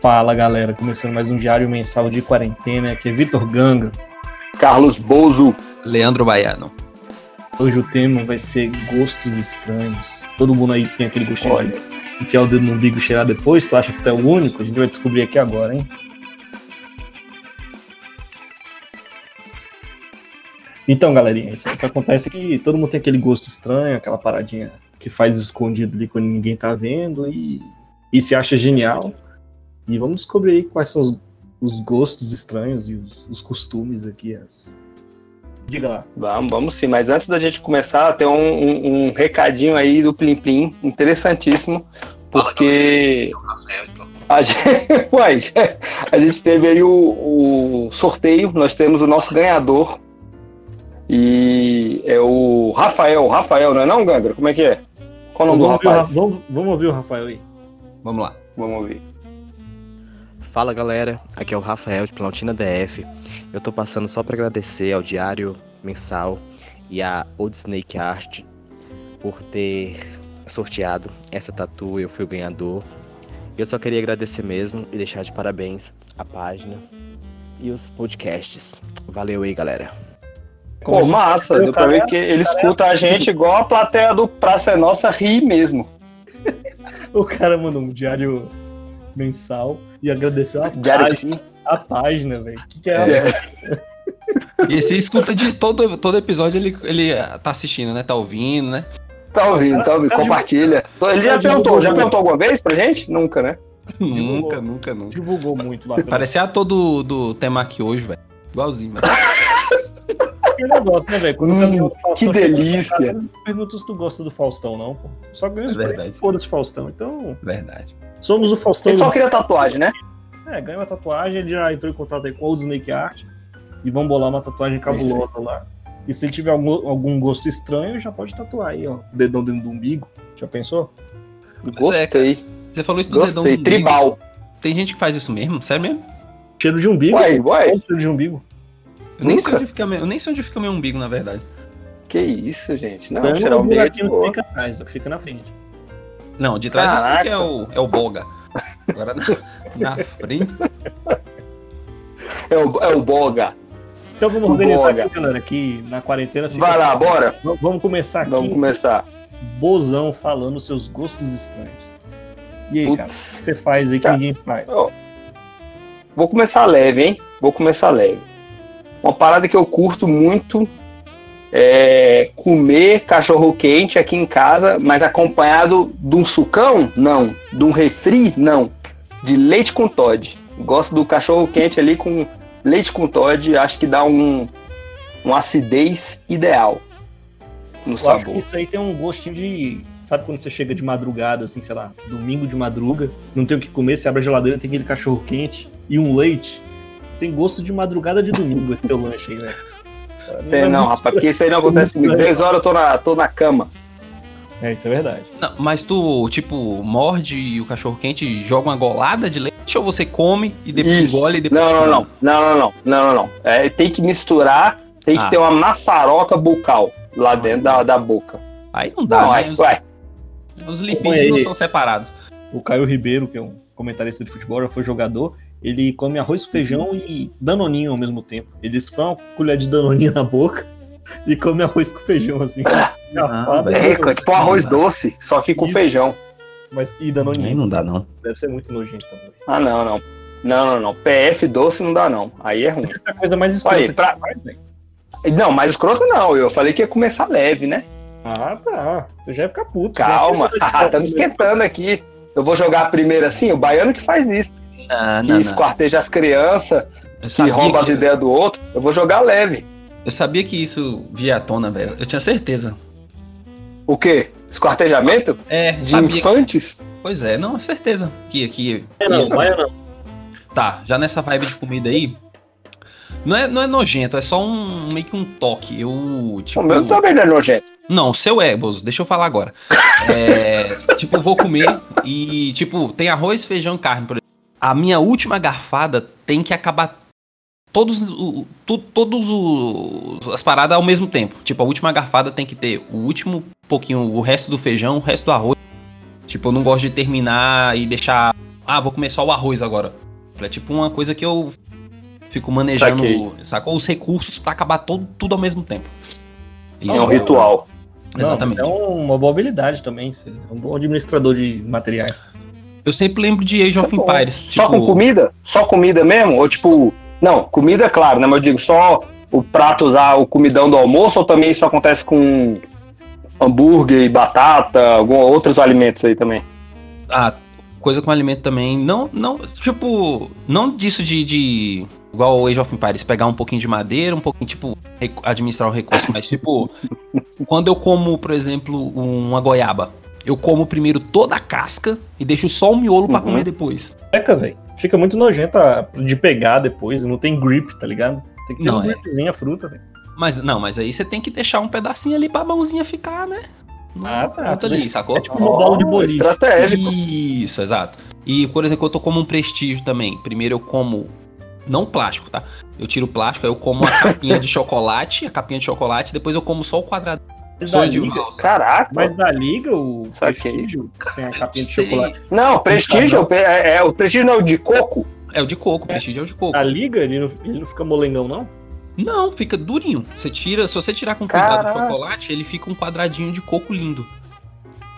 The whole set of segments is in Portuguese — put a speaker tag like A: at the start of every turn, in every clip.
A: Fala galera, começando mais um diário mensal de quarentena, aqui é Vitor Ganga.
B: Carlos Bozo.
C: Leandro Baiano.
A: Hoje o tema vai ser gostos estranhos. Todo mundo aí tem aquele gostinho
B: Olha.
A: de enfiar o dedo no umbigo e cheirar depois, tu acha que tu é o único? A gente vai descobrir aqui agora, hein? Então, galerinha, isso aí que acontece é que todo mundo tem aquele gosto estranho, aquela paradinha que faz escondido ali quando ninguém tá vendo e, e se acha genial. E vamos descobrir aí quais são os, os gostos estranhos e os, os costumes aqui. As... Diga lá.
B: Vamos, vamos sim, mas antes da gente começar, tem um, um- um recadinho aí do Plim Plim, interessantíssimo, porque a gente, Uai, a gente teve aí o, o sorteio, nós temos o nosso ganhador, e é o Rafael, Rafael, não é não, Gangra? Como é que é? Qual o nome
A: Vamos
B: do
A: ouvir, o Ra-
B: rapaz?
A: vamos, vamos ouvir o Rafael aí.
C: Vamos lá.
B: Vamos ouvir.
D: Fala galera, aqui é o Rafael de Planaltina DF. Eu tô passando só pra agradecer ao Diário Mensal e à Old Snake Art por ter sorteado essa tatu, eu fui o ganhador. Eu só queria agradecer mesmo e deixar de parabéns a página e os podcasts. Valeu aí, galera.
A: Como a
B: Pô,
A: gente-
B: massa,
A: o
B: deu pra
A: cara
B: ver
A: é-
B: que ele escuta a gente igual a plateia do Praça é Nossa ri mesmo.
A: O cara mandou um diário mensal e agradeceu a,
B: Diário
A: página- a página, velho. O que, que é?
B: É.
C: E esse escuta de todo, todo episódio, ele, ele ah, tá assistindo, né? Tá ouvindo, né?
B: Tá ouvindo, tá ouvindo,
A: Cara,
B: compartilha. Ele
A: cara
B: já
A: de
B: perguntou,
A: Google.
B: já perguntou alguma vez pra gente? Nunca, né?
C: Nunca, nunca, nunca.
A: Divulgou muito lá. pelo-
C: Parece a todo do tema aqui hoje, velho. Igualzinho, velho.
A: aquele negócio, né, velho? Quando o
B: Hum,
A: caminhão do Faustão
B: que
A: chega na
B: delícia.
A: casa, eles não perguntam se tu gosta do Faustão, não, pô. Só ganha os
C: É verdade.
A: prêmios, foda-se Faustão. Então,
C: Verdade.
A: somos o Faustão.
B: Ele só queria tatuagem, né?
A: É, ganha uma tatuagem, ele já entrou em contato aí com o Old Snake Art e vão bolar uma tatuagem
B: é.
A: cabulosa lá. E se ele tiver algum, algum gosto estranho, já pode tatuar aí, ó. Dedão dentro do umbigo. Já pensou?
B: Gostei,
C: Você falou isso do dedão do
B: gostei.
C: umbigo.
B: Tribal.
C: Tem gente que faz isso mesmo? Sério mesmo?
A: Cheiro de umbigo.
B: Uai, uai,
A: Olha o cheiro de umbigo.
C: Eu nem, sei
B: Nunca.
C: onde fica, meu- eu nem sei onde fica meu umbigo, na verdade.
B: que isso, gente. Não,
A: Não,
B: tirar um o
A: umbigo
B: meio
A: um aqui
B: de
A: não
B: boa.
A: Então, fica atrás, fica na frente.
C: Não, de trás eu sei
B: Caraca.
C: que é o, é o boga. Agora na, na frente.
B: É o, é o Boga.
A: Então vamos
B: O
A: organizar
B: Boga.
A: aqui, galera, que na quarentena fica...
B: Vai lá, bora.
A: V- Vamos começar aqui,
B: Vamos começar.
A: Bozão falando seus gostos estranhos. E aí, cara, o que
B: Putz.
A: você faz aí que
B: Cara,
A: ninguém faz?
B: Vou começar leve, hein? Vou começar leve. Uma parada que eu curto muito é comer cachorro quente aqui em casa, mas acompanhado de um sucão? Não. De um refri? Não. De leite com Todd. Gosto do cachorro quente ali com leite com Todd. Acho que dá um, uma acidez ideal
A: Eu
B: no
A: acho que
B: sabor.
A: isso aí tem um gostinho de. Sabe quando você chega de madrugada, assim, sei lá, domingo de madruga, não tem o que comer, você abre a geladeira, tem aquele cachorro quente e um leite. Tem gosto de madrugada de domingo esse teu lanche aí, né? é
B: Sei não, rapaz, porque isso aí não acontece comigo. Três horas eu tô na, tô na cama.
A: É, isso é verdade.
C: Não, mas tu, tipo, morde o cachorro quente e joga uma golada de leite ou você come e depois
B: Isso.
C: engole e depois.
B: Não, não,
C: come?
B: não. Não, não, não. Não, não, não. É, tem que misturar, tem que
C: Ah.
B: ter uma maçaroca bucal lá dentro da, da boca.
C: Aí não dá,
B: Não,
C: né?
B: aí,
C: Os-
B: ué,
C: Os
A: Põe
C: lipídios
A: aí.
C: não são separados.
A: O Caio Ribeiro, que é um comentarista de futebol, já foi jogador, ele come arroz, feijão e danoninho ao mesmo tempo. Ele diz que põe uma colher de danoninho na boca e come arroz com feijão, assim. Chafado,
C: velho.
B: é rico, é tipo um arroz
C: Não dá.
B: doce, só que com
A: Isso.
B: feijão.
A: mas e danoninho.
C: não dá, não.
A: Deve ser muito nojento também.
B: Ah, não, não. Não, não, não. PF doce não dá, não. Aí é ruim.
A: É a coisa mais escrota
B: Olha aí, pra-
A: que faz,
C: né?
A: velho.
B: Não, mas escroto não. Eu falei que ia começar leve, né?
A: Ah, tá. Eu já ia ficar puto.
B: Calma. Ah, tá
A: Já ia ficar-
B: Estamos esquentando aqui. Eu vou jogar a primeira assim, o baiano que faz isso.
C: Ah, Não,
B: Que
C: não, não.
B: esquarteja as crianças,
C: Eu,
B: que rouba
C: sabia
B: as
C: que,
B: ideias do outro. Eu vou jogar leve.
C: eu sabia que isso via à tona, velho. Eu tinha certeza.
B: O quê? Esquartejamento?
C: É,
B: De
C: sabia.
B: infantes?
C: Pois é, não, certeza. Que aqui.
A: É, não, vai ou não.
C: Tá, já nessa vibe de comida aí. Não é, não é nojento, é só um meio que um toque. Eu, tipo.
B: O meu também não é nojento.
C: Não, o seu é, Bozo, deixa eu falar agora. É, tipo, eu vou comer e, tipo, tem arroz, feijão, carne, por exemplo. A minha última garfada tem que acabar todos, o- tu- todos os- as paradas ao mesmo tempo. Tipo, a última garfada tem que ter o último pouquinho, o resto do feijão, o resto do arroz. Tipo, eu não gosto de terminar e deixar ah, vou comer só o arroz agora. É tipo uma coisa que eu fico manejando,
B: Saquei.
C: sacou? Os recursos pra acabar todo, tudo ao mesmo tempo.
B: É um ritual.
A: Não,
C: Exatamente.
B: então
A: é uma boa habilidade também. Você é um bom administrador de materiais.
C: Eu sempre lembro de Age of
B: Tá bom.
C: Empires. tipo,
B: Só com comida? Só comida mesmo? Ou tipo. Não, comida, claro, né? Mas eu digo só o prato usar o comidão do almoço ou também isso acontece com hambúrguer e batata, algum, outros alimentos aí também?
C: Ah, coisa com alimento também. Não, não, tipo, não disso de, de igual o Age of Empires, pegar um pouquinho de madeira, um pouquinho, tipo, recu- administrar o recurso, mas tipo, quando eu como, por exemplo, uma goiaba, eu como primeiro toda a casca e deixo só o miolo pra
B: Uhum.
C: comer depois.
A: Peca, velho. Fica muito nojento a- de pegar depois. Não tem grip, tá ligado? Tem que ter
C: Não,
A: um
C: é.
A: gripzinho a fruta, velho.
C: Mas não, mas aí você tem que deixar um pedacinho ali pra mãozinha ficar, né?
A: Ah, tá.
C: Junto ali, sacou?
A: É tipo uma bola de
B: Ó,
A: boliche.
B: Estratégico.
C: Isso, exato. E, por exemplo, eu tô como um prestígio também. Primeiro eu como. Não plástico, tá? Eu tiro o plástico, aí eu como a capinha de chocolate, a capinha de chocolate, depois eu como só o quadrado
A: Mas da
C: de
A: liga,
C: valsa.
B: Caraca.
A: mas da liga, o
B: Saquei.
A: prestígio, sem a capinha de
C: Sei.
A: chocolate.
B: Não, prestígio é, é- o prestígio não é o de coco.
C: É o de coco, o prestígio é o de coco.
A: Da liga, ele não, ele não fica molengão, não?
C: Não, fica durinho. Você tira, se você tirar com cuidado o
B: Caraca.
C: chocolate, ele fica um quadradinho de coco lindo.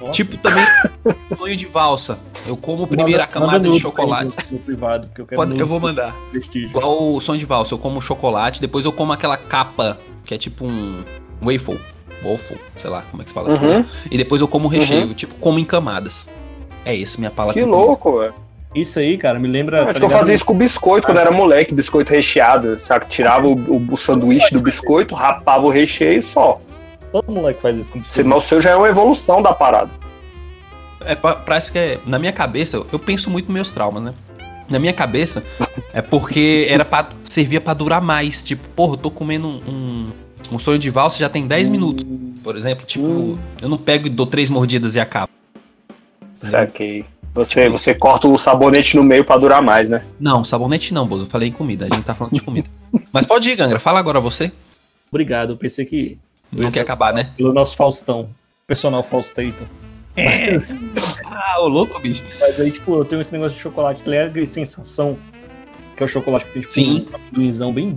A: Nossa.
C: Tipo também sonho de valsa. Eu como primeiro a
A: Manda- manda
C: camada de
A: nudes
C: chocolate.
A: aí No, no privado, porque eu quero
C: Pode- eu
A: nudes
C: vou
A: do
C: mandar.
A: prestígio.
C: Igual o som de valsa, eu como chocolate, depois eu como aquela capa, que é tipo um waffle, waffle, sei lá como é que se fala. essa
B: Uhum.
C: coisa. E depois eu como o recheio, tipo, como em camadas. É isso, minha palavra.
B: Que louco, velho.
A: Isso aí, cara, me lembra.
B: Acho
A: tá
B: que eu
A: ligado?
B: fazia isso com biscoito quando era moleque, biscoito recheado. Sabe? Tirava o, o- o sanduíche do biscoito, rapava o recheio e só.
A: Todo moleque faz isso com
B: Se- Mas o seu já é uma evolução da parada.
C: É, pa- parece que é, na minha cabeça, eu penso muito nos meus traumas, né? Na minha cabeça, é porque era pra, servia pra durar mais. Tipo, porra, eu tô comendo um, um, um sonho de valsa já tem 10 minutos, por exemplo. Tipo,
B: Hum.
C: eu não pego e dou três mordidas e acabo.
B: Saquei. Você, você corta o sabonete no meio pra durar mais, né?
C: Não, sabonete não, Bozo. Eu falei em comida. A gente tá falando de comida. Mas pode ir, Gangra. Fala agora você.
A: Obrigado, eu pensei que.
C: Não quer acabar, né?
A: Pelo nosso Faustão. Personal tá Faustator.
C: Ah, ô louco, bicho.
A: Mas aí, tipo, eu tenho esse negócio de chocolate alegre e sensação. Que é o chocolate que tem, tipo,
C: Sim.
A: um amendoinzão bem.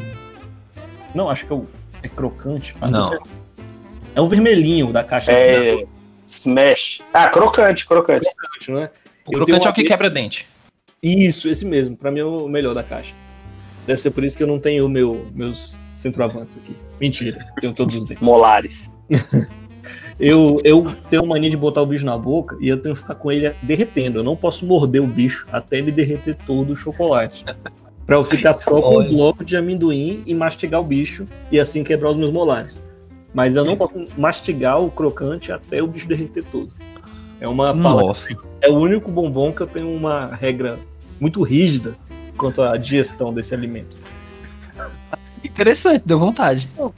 A: Não, acho que é, o- é crocante. mas
C: Não.
A: sei. É um vermelhinho da caixa. É
B: É. Smash. Ah, crocante, crocante.
A: crocante, não é?
C: O
A: Eu
C: crocante
A: tenho
C: é o que
A: uma-
C: quebra dente.
A: Isso, esse mesmo. Pra mim é o melhor da caixa. Deve ser por isso que eu não tenho o meu, meus centroavantes aqui. Mentira, tenho todos os dentes.
B: Molares.
A: Eu, eu tenho mania de botar o bicho na boca e eu tenho que ficar com ele derretendo. Eu não posso morder o bicho até ele derreter todo o chocolate. Pra eu ficar só com
C: Olha.
A: um bloco de amendoim e mastigar o bicho e assim quebrar os meus molares. Mas eu não posso mastigar o crocante até o bicho derreter todo. É uma
C: Hum.
A: fala
C: Nossa.
A: é o único bombom que eu tenho uma regra muito rígida quanto à digestão desse alimento.
C: Interessante, deu vontade.
A: É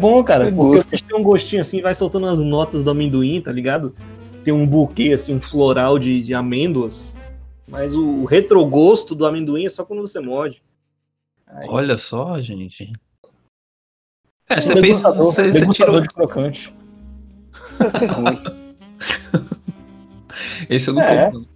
A: Bom, cara,
B: Que
A: porque
B: gosto.
A: o bicho tem um gostinho assim, vai soltando as notas do amendoim, tá ligado? Tem um buquê, assim, um floral de, de amêndoas. Mas o, o retrogosto do amendoim é só quando você morde. Aí,
C: Olha só, gente. É,
A: um
C: você fez.
A: degustador-
C: Você, você
A: degustador
C: tirou.
A: de crocante.
B: Deve ser ruim.
C: Esse eu não
B: É.
C: conheço.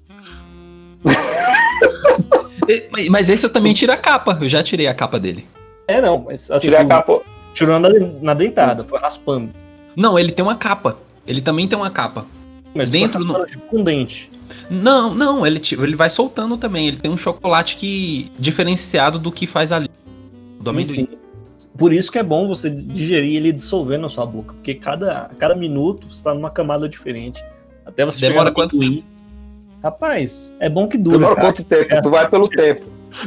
C: E- mas- Mas esse eu também tiro a capa. Eu já tirei a capa dele.
A: É, não, mas assim,
B: Tirar a capa.
A: tirou na, na dentada, foi raspando.
C: Não, ele tem uma capa. Ele também tem uma capa.
A: Mas
C: Dentro
A: foi raspando, tipo, com dente.
C: Não, não, ele, ti- ele vai soltando também. Ele tem um chocolate que diferenciado do que faz ali.
A: E,
C: Do amendoim.
A: assim, por isso que é bom você digerir ele dissolvendo na sua boca, porque cada, a cada minuto você tá numa camada diferente. Até você chegar
C: Demora
A: no
C: quanto
A: amendoim. Rapaz, é bom que dura,
B: Demora
A: cara.
B: quanto tempo? Tu vai pelo tempo.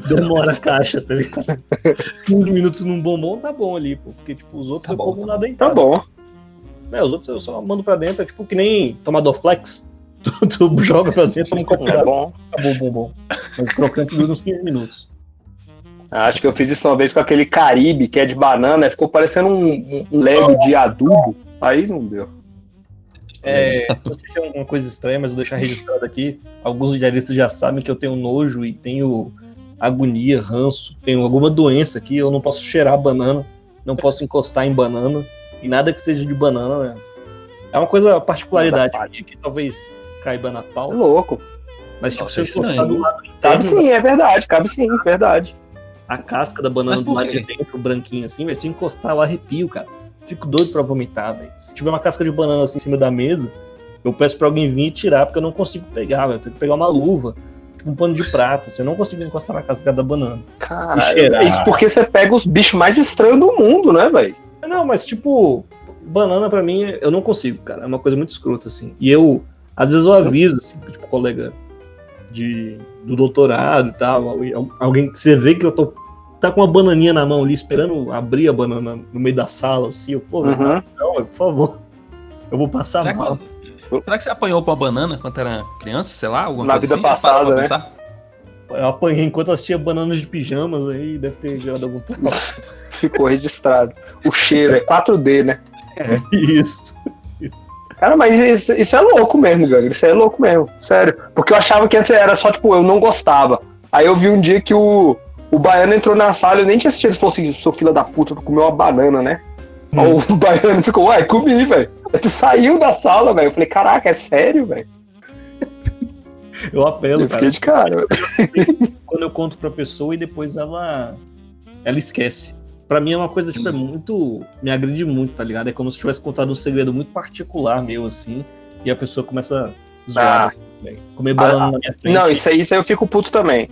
A: demora a caixa, tá ligado? 15 minutos num bombom tá bom ali, pô. Porque, tipo, os outros
C: Tá
A: eu
C: bom,
A: como
C: tá
A: na
B: Tá
A: dentada.
B: bom.
A: É, os outros eu só mando pra dentro, é tipo que nem tomador flex. Tu, tu joga pra dentro, toma um copo
B: É
A: d'água,
B: bom.
A: acabou o bombom. Mas o crocante dura uns 15 minutos.
B: Acho que eu fiz isso uma vez com aquele caribe que é de banana, ficou parecendo um, um leve de adubo. Aí não deu.
A: É, não sei se é uma coisa estranha, mas vou deixar registrado aqui. Alguns diaristas já sabem que eu tenho nojo e tenho agonia, ranço, tenho alguma doença aqui. Eu não posso cheirar banana, não posso encostar em banana e nada que seja de banana. né? É uma coisa, uma particularidade
B: Nada faz.
A: minha que talvez caiba na
B: É
A: pauta,
B: louco.
A: Mas tipo,
C: Nossa,
A: se
C: é
A: eu encostar
C: estranho.
A: do lado
B: Cabe
A: interno,
B: sim, é verdade, cabe sim, é verdade.
A: a casca da
C: Mas
A: banana do
C: por
A: lado
C: quê?
A: de dentro, branquinho assim, vai se eu encostar, eu arrepio, cara. Fico doido pra vomitar, velho. Se tiver uma casca de banana assim em cima da mesa, eu peço pra alguém vir e tirar, porque eu não consigo pegar, velho. Eu tenho que pegar uma luva, tipo um pano de prata, assim, eu não consigo encostar na casca da banana. E
B: Caralho.
A: cheirar.
B: Isso porque você pega os bichos mais estranhos do mundo, né, velho?
A: Não, mas tipo, banana pra mim, eu não consigo, cara. É uma coisa muito escrota, assim. E eu, às vezes eu aviso, assim, pro, tipo, colega de, do doutorado e tal, al- alguém que você vê que eu tô. Tá com uma bananinha na mão ali, esperando abrir a banana no meio da sala, assim. Eu, pô, velho,
B: Uhum.
A: não, velho, por favor. Eu vou passar
C: Será que,
A: Tá mal.
C: você- será que você apanhou pra uma banana quando era criança, sei lá? Alguma
B: Na
C: coisa
B: vida né?
C: assim? Já parou pra pensar?
A: Eu apanhei enquanto assistia bananas de pijamas aí, deve ter gerado algum trauma.
B: Ficou registrado. O cheiro é 4D, né?
A: Isso.
B: Cara, mas isso, isso é louco mesmo, Gangue. Isso é louco mesmo, sério. Porque eu achava que antes era só, tipo, eu não gostava. Aí eu vi um dia que o, o baiano entrou na sala, eu nem tinha assistido, ele falou assim, sou filha da puta, tu comeu uma banana, né? Aí o baiano ficou, ué, comi, velho. Aí Tu saiu da sala, velho. Eu falei, caraca, é sério, velho?
A: Eu apelo,
B: Eu
A: cara.
B: fiquei de cara.
A: quando eu conto pra pessoa e depois ela ela esquece. Pra mim é uma coisa,
B: Hum.
A: tipo, é muito. Me agride muito, tá ligado? É como se tivesse contado um segredo muito particular meu, assim, e a pessoa começa a zoar. né? Comer banana
B: Ah,
A: na minha frente.
B: Não, isso aí, isso aí eu fico puto também.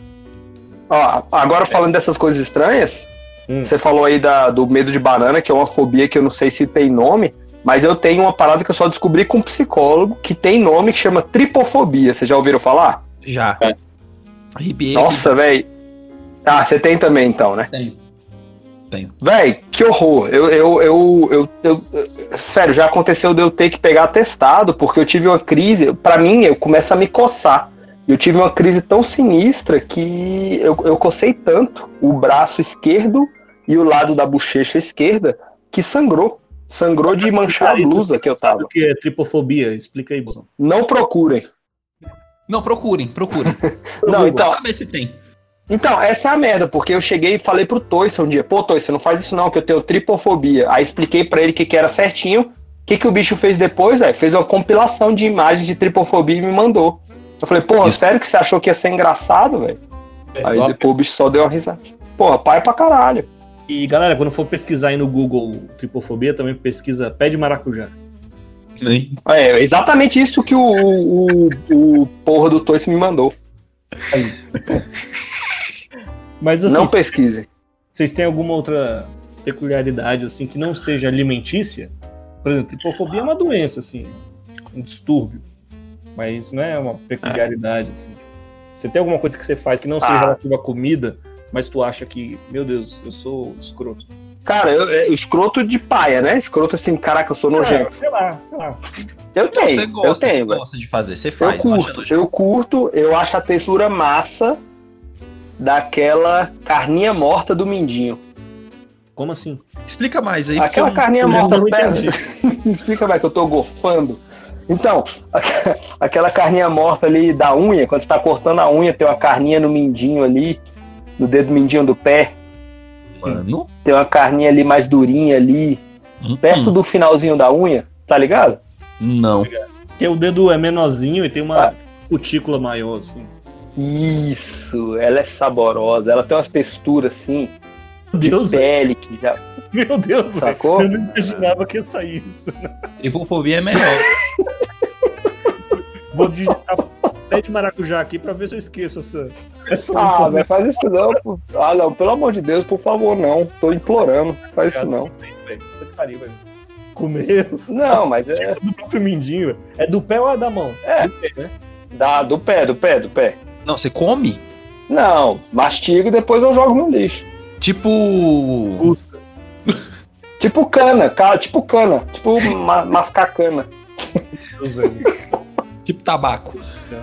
B: Ó, agora falando dessas coisas estranhas,
A: Hum.
B: você falou aí da, do medo de banana, que é uma fobia que eu não sei se tem nome, mas eu tenho uma parada que eu só descobri com um psicólogo que tem nome que chama tripofobia. Vocês já ouviram falar?
C: Já.
A: É.
C: Arrepiei.
B: Nossa, velho. Ah, você tem também então, né?
C: Tem.
B: Véi, que horror. Eu, eu, eu, eu, eu- eu- sério, já aconteceu de eu ter que pegar atestado, porque eu tive uma crise. Pra mim, eu começo a me coçar. Eu tive uma crise tão sinistra que eu, eu cocei tanto o braço esquerdo e o lado da bochecha esquerda que sangrou. Sangrou de manchar a blusa que eu
A: tipo, Sabe
B: tava.
A: o que é tripofobia? Explica aí, Bozão.
B: Não procurem.
C: Não, procurem, procurem.
B: Não,
C: Pra
B: então,
C: saber se tem.
B: Então, essa é a merda, porque eu cheguei e falei pro Toyson um dia, pô, Toyson, não faz isso não, que eu tenho tripofobia. Aí expliquei pra ele o que, que era certinho. O que, que o bicho fez depois, velho? Fez uma compilação de imagens de tripofobia e me mandou. Eu falei, porra,
C: Isso.
B: sério que você achou que ia ser engraçado, velho? Aí
C: ó.
B: depois o bicho só deu uma risada. Porra, pai pra caralho.
A: E galera, quando for pesquisar aí no Google tripofobia, também pesquisa pé de maracujá.
B: É exatamente isso que o, o, o porra do Toyson me mandou.
A: Mas assim,
B: não pesquise.
A: vocês têm alguma outra peculiaridade assim que não seja alimentícia? Por exemplo, tripofobia é uma doença assim, um distúrbio, mas não é uma peculiaridade assim. Você tem alguma coisa que você faz que não seja
B: Ah.
A: relativa à comida, mas tu acha que, meu Deus, eu sou escroto?
B: Cara, eu, é, escroto de paia, né? Escroto assim, caraca, eu sou nojento.
A: Ah, sei lá, sei lá.
B: Eu tenho,
C: você gosta,
B: eu tenho, velho.
C: você gosta de fazer, você
B: Eu
C: faz. não acha
B: curto,
C: nojento.
B: eu curto, eu acho a textura massa daquela carninha morta do mindinho.
A: Como assim?
C: Explica mais aí. porque
B: Aquela
C: eu não-
B: carninha
A: eu
B: morta
A: não
B: pega.
A: entendi.
B: Explica mais que eu tô gorfando. Então, aquela carninha morta ali da unha, quando você tá cortando a unha, tem uma carninha no mindinho ali, no dedo mindinho do pé,
C: Mano.
B: tem uma carninha ali mais durinha ali,
C: Hum,
B: perto do finalzinho da unha, tá ligado?
C: Não.
A: Que o dedo é menorzinho e tem uma
B: Ah.
A: cutícula maior assim.
B: Isso, ela é saborosa, ela tem umas texturas assim,
A: Meu Deus,
B: pele que já,
A: meu Deus, velho.
B: sacou?
A: eu não imaginava que ia sair isso.
C: Tripofobia é melhor.
A: Vou digitar pé de maracujá aqui pra ver se eu esqueço essa. essa
B: Ah,
A: informação.
B: velho, faz isso não. pô. Ah, não, pelo amor de Deus, por favor, não. Tô implorando, faz isso não.
A: velho. Puta que pariu, velho. Comer
B: Não, mas é
A: do próprio mindinho, velho. É do pé ou é da mão?
B: dá do pé, do pé, do pé.
C: Não, você come?
B: Não, mastigo e depois eu jogo no lixo.
C: Tipo.
A: Busca.
B: Tipo cana, cara, tipo cana, tipo ma mascar cana,
A: Deus, velho.
C: Tipo tabaco.
B: tipo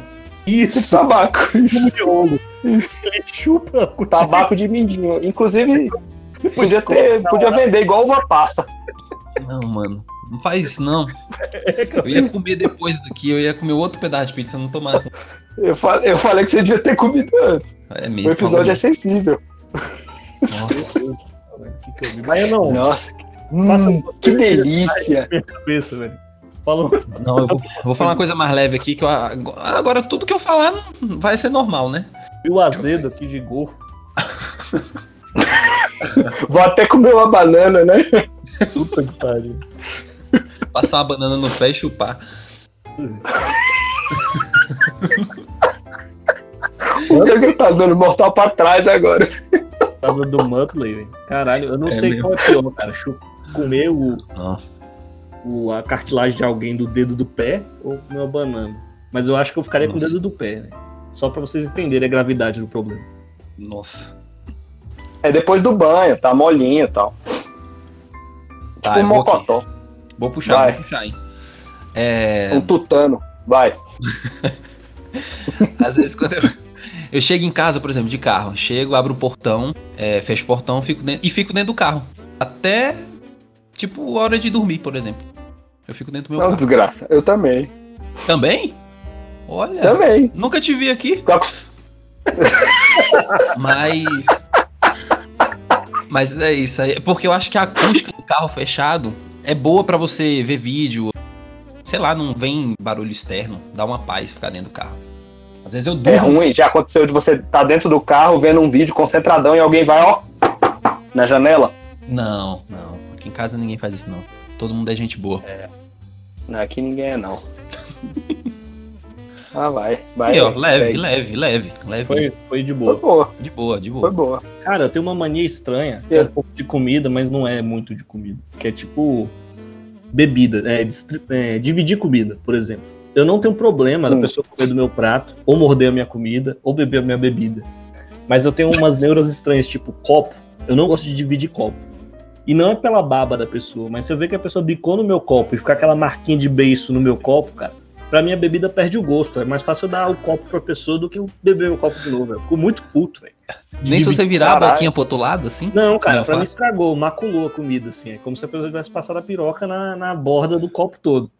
A: Isso,
B: tabaco, isso.
A: como de ouro. Ele chupa a cutícula.
B: Tabaco de mindinho. Inclusive,
A: Depois
B: podia
A: corta
B: ter,
A: na
B: podia vender igual uva passa.
C: Não, mano. Não faz isso, não.
A: É, cara.
C: Eu ia comer depois daqui, eu ia comer outro pedaço de pizza, não tomar.
B: Eu, fa- eu falei que você devia ter comido antes.
C: É
B: O
C: mesmo.
B: episódio é assim. sensível.
C: Nossa.
A: O que que eu vi? Mas eu não.
B: Nossa, que-
A: Faça
B: hum,
A: uma
B: que
A: coisa que
B: delícia.
A: minha cabeça, velho. Falou.
C: Não, eu vou, vou falar uma coisa mais leve aqui, que eu, agora tudo que eu falar não- vai ser normal, né?
A: E o azedo aqui de golfo.
B: Vou até comer uma banana, né?
A: Puta que pariu.
C: Passar uma banana no pé e chupar.
B: O Gaga tá dando mortal pra trás agora.
A: Casa do Muttley, velho. Caralho, eu não
C: É
A: sei
C: mesmo.
A: qual é pior, cara. Chu- Comer o,
C: Não.
A: o- a cartilagem de alguém do dedo do pé ou comer uma banana. Mas eu acho que eu ficaria com o
C: Nossa.
A: dedo do pé, velho. Só pra vocês entenderem a gravidade do problema.
C: Nossa.
B: É depois do banho, tá molinho e tal.
C: Tá,
B: tipo um
C: eu vou aqui.
B: mocotó,
C: Vou puxar,
B: Vai.
C: vou puxar, hein? É,
B: um tutano. Vai.
C: às vezes quando eu, eu chego em casa, por exemplo, de carro, chego, abro o portão, é, fecho o portão fico dentro, e fico dentro do carro. Até, tipo, hora de dormir, por exemplo. Eu fico dentro do meu
B: Não,
C: carro.
B: É desgraça. Eu também.
C: Também? Olha,
B: Também.
C: nunca te vi aqui.
B: Tô acos-
C: Mas. Mas é isso aí. Porque eu acho que a acústica do carro fechado é boa pra você ver vídeo. Sei lá, não vem barulho externo. Dá uma paz ficar dentro do carro. Às vezes eu
B: É
C: durmo.
B: ruim. Já aconteceu de você tá dentro do carro vendo um vídeo concentradão e alguém vai, ó, na janela.
C: Não, não. Aqui em casa ninguém faz isso, não. Todo mundo é gente boa.
B: Não, aqui ninguém é, não. Ah, vai. Vai.
A: É,
C: e, ó, leve,
B: segue.
C: leve, leve, leve.
A: Foi, foi de
B: Foi
A: boa.
B: boa,
C: De boa, de boa.
B: foi boa.
A: Cara, eu tenho uma mania estranha, que é um pouco de comida, mas não é muito de comida. Que é tipo bebida, é, distri- é, dividir comida, por exemplo. Eu não tenho problema da
B: Hum.
A: pessoa comer do meu prato, ou morder a minha comida, ou beber a minha bebida. Mas eu tenho umas neuras estranhas, tipo copo. Eu não gosto de dividir copo. E não é pela baba da pessoa, mas se eu ver que a pessoa bicou no meu copo e ficar aquela marquinha de beiço no meu copo, cara, pra mim a bebida perde o gosto. É mais fácil eu dar o copo pra pessoa do que eu beber o copo de novo. Eu fico muito puto, velho.
C: Nem se você virar
B: Caralho.
C: a boquinha pro outro lado, assim.
A: Não, cara,
C: Não,
A: pra
C: fala.
A: mim estragou, maculou a comida, assim. É como se a pessoa tivesse passado a piroca na, na borda do copo todo.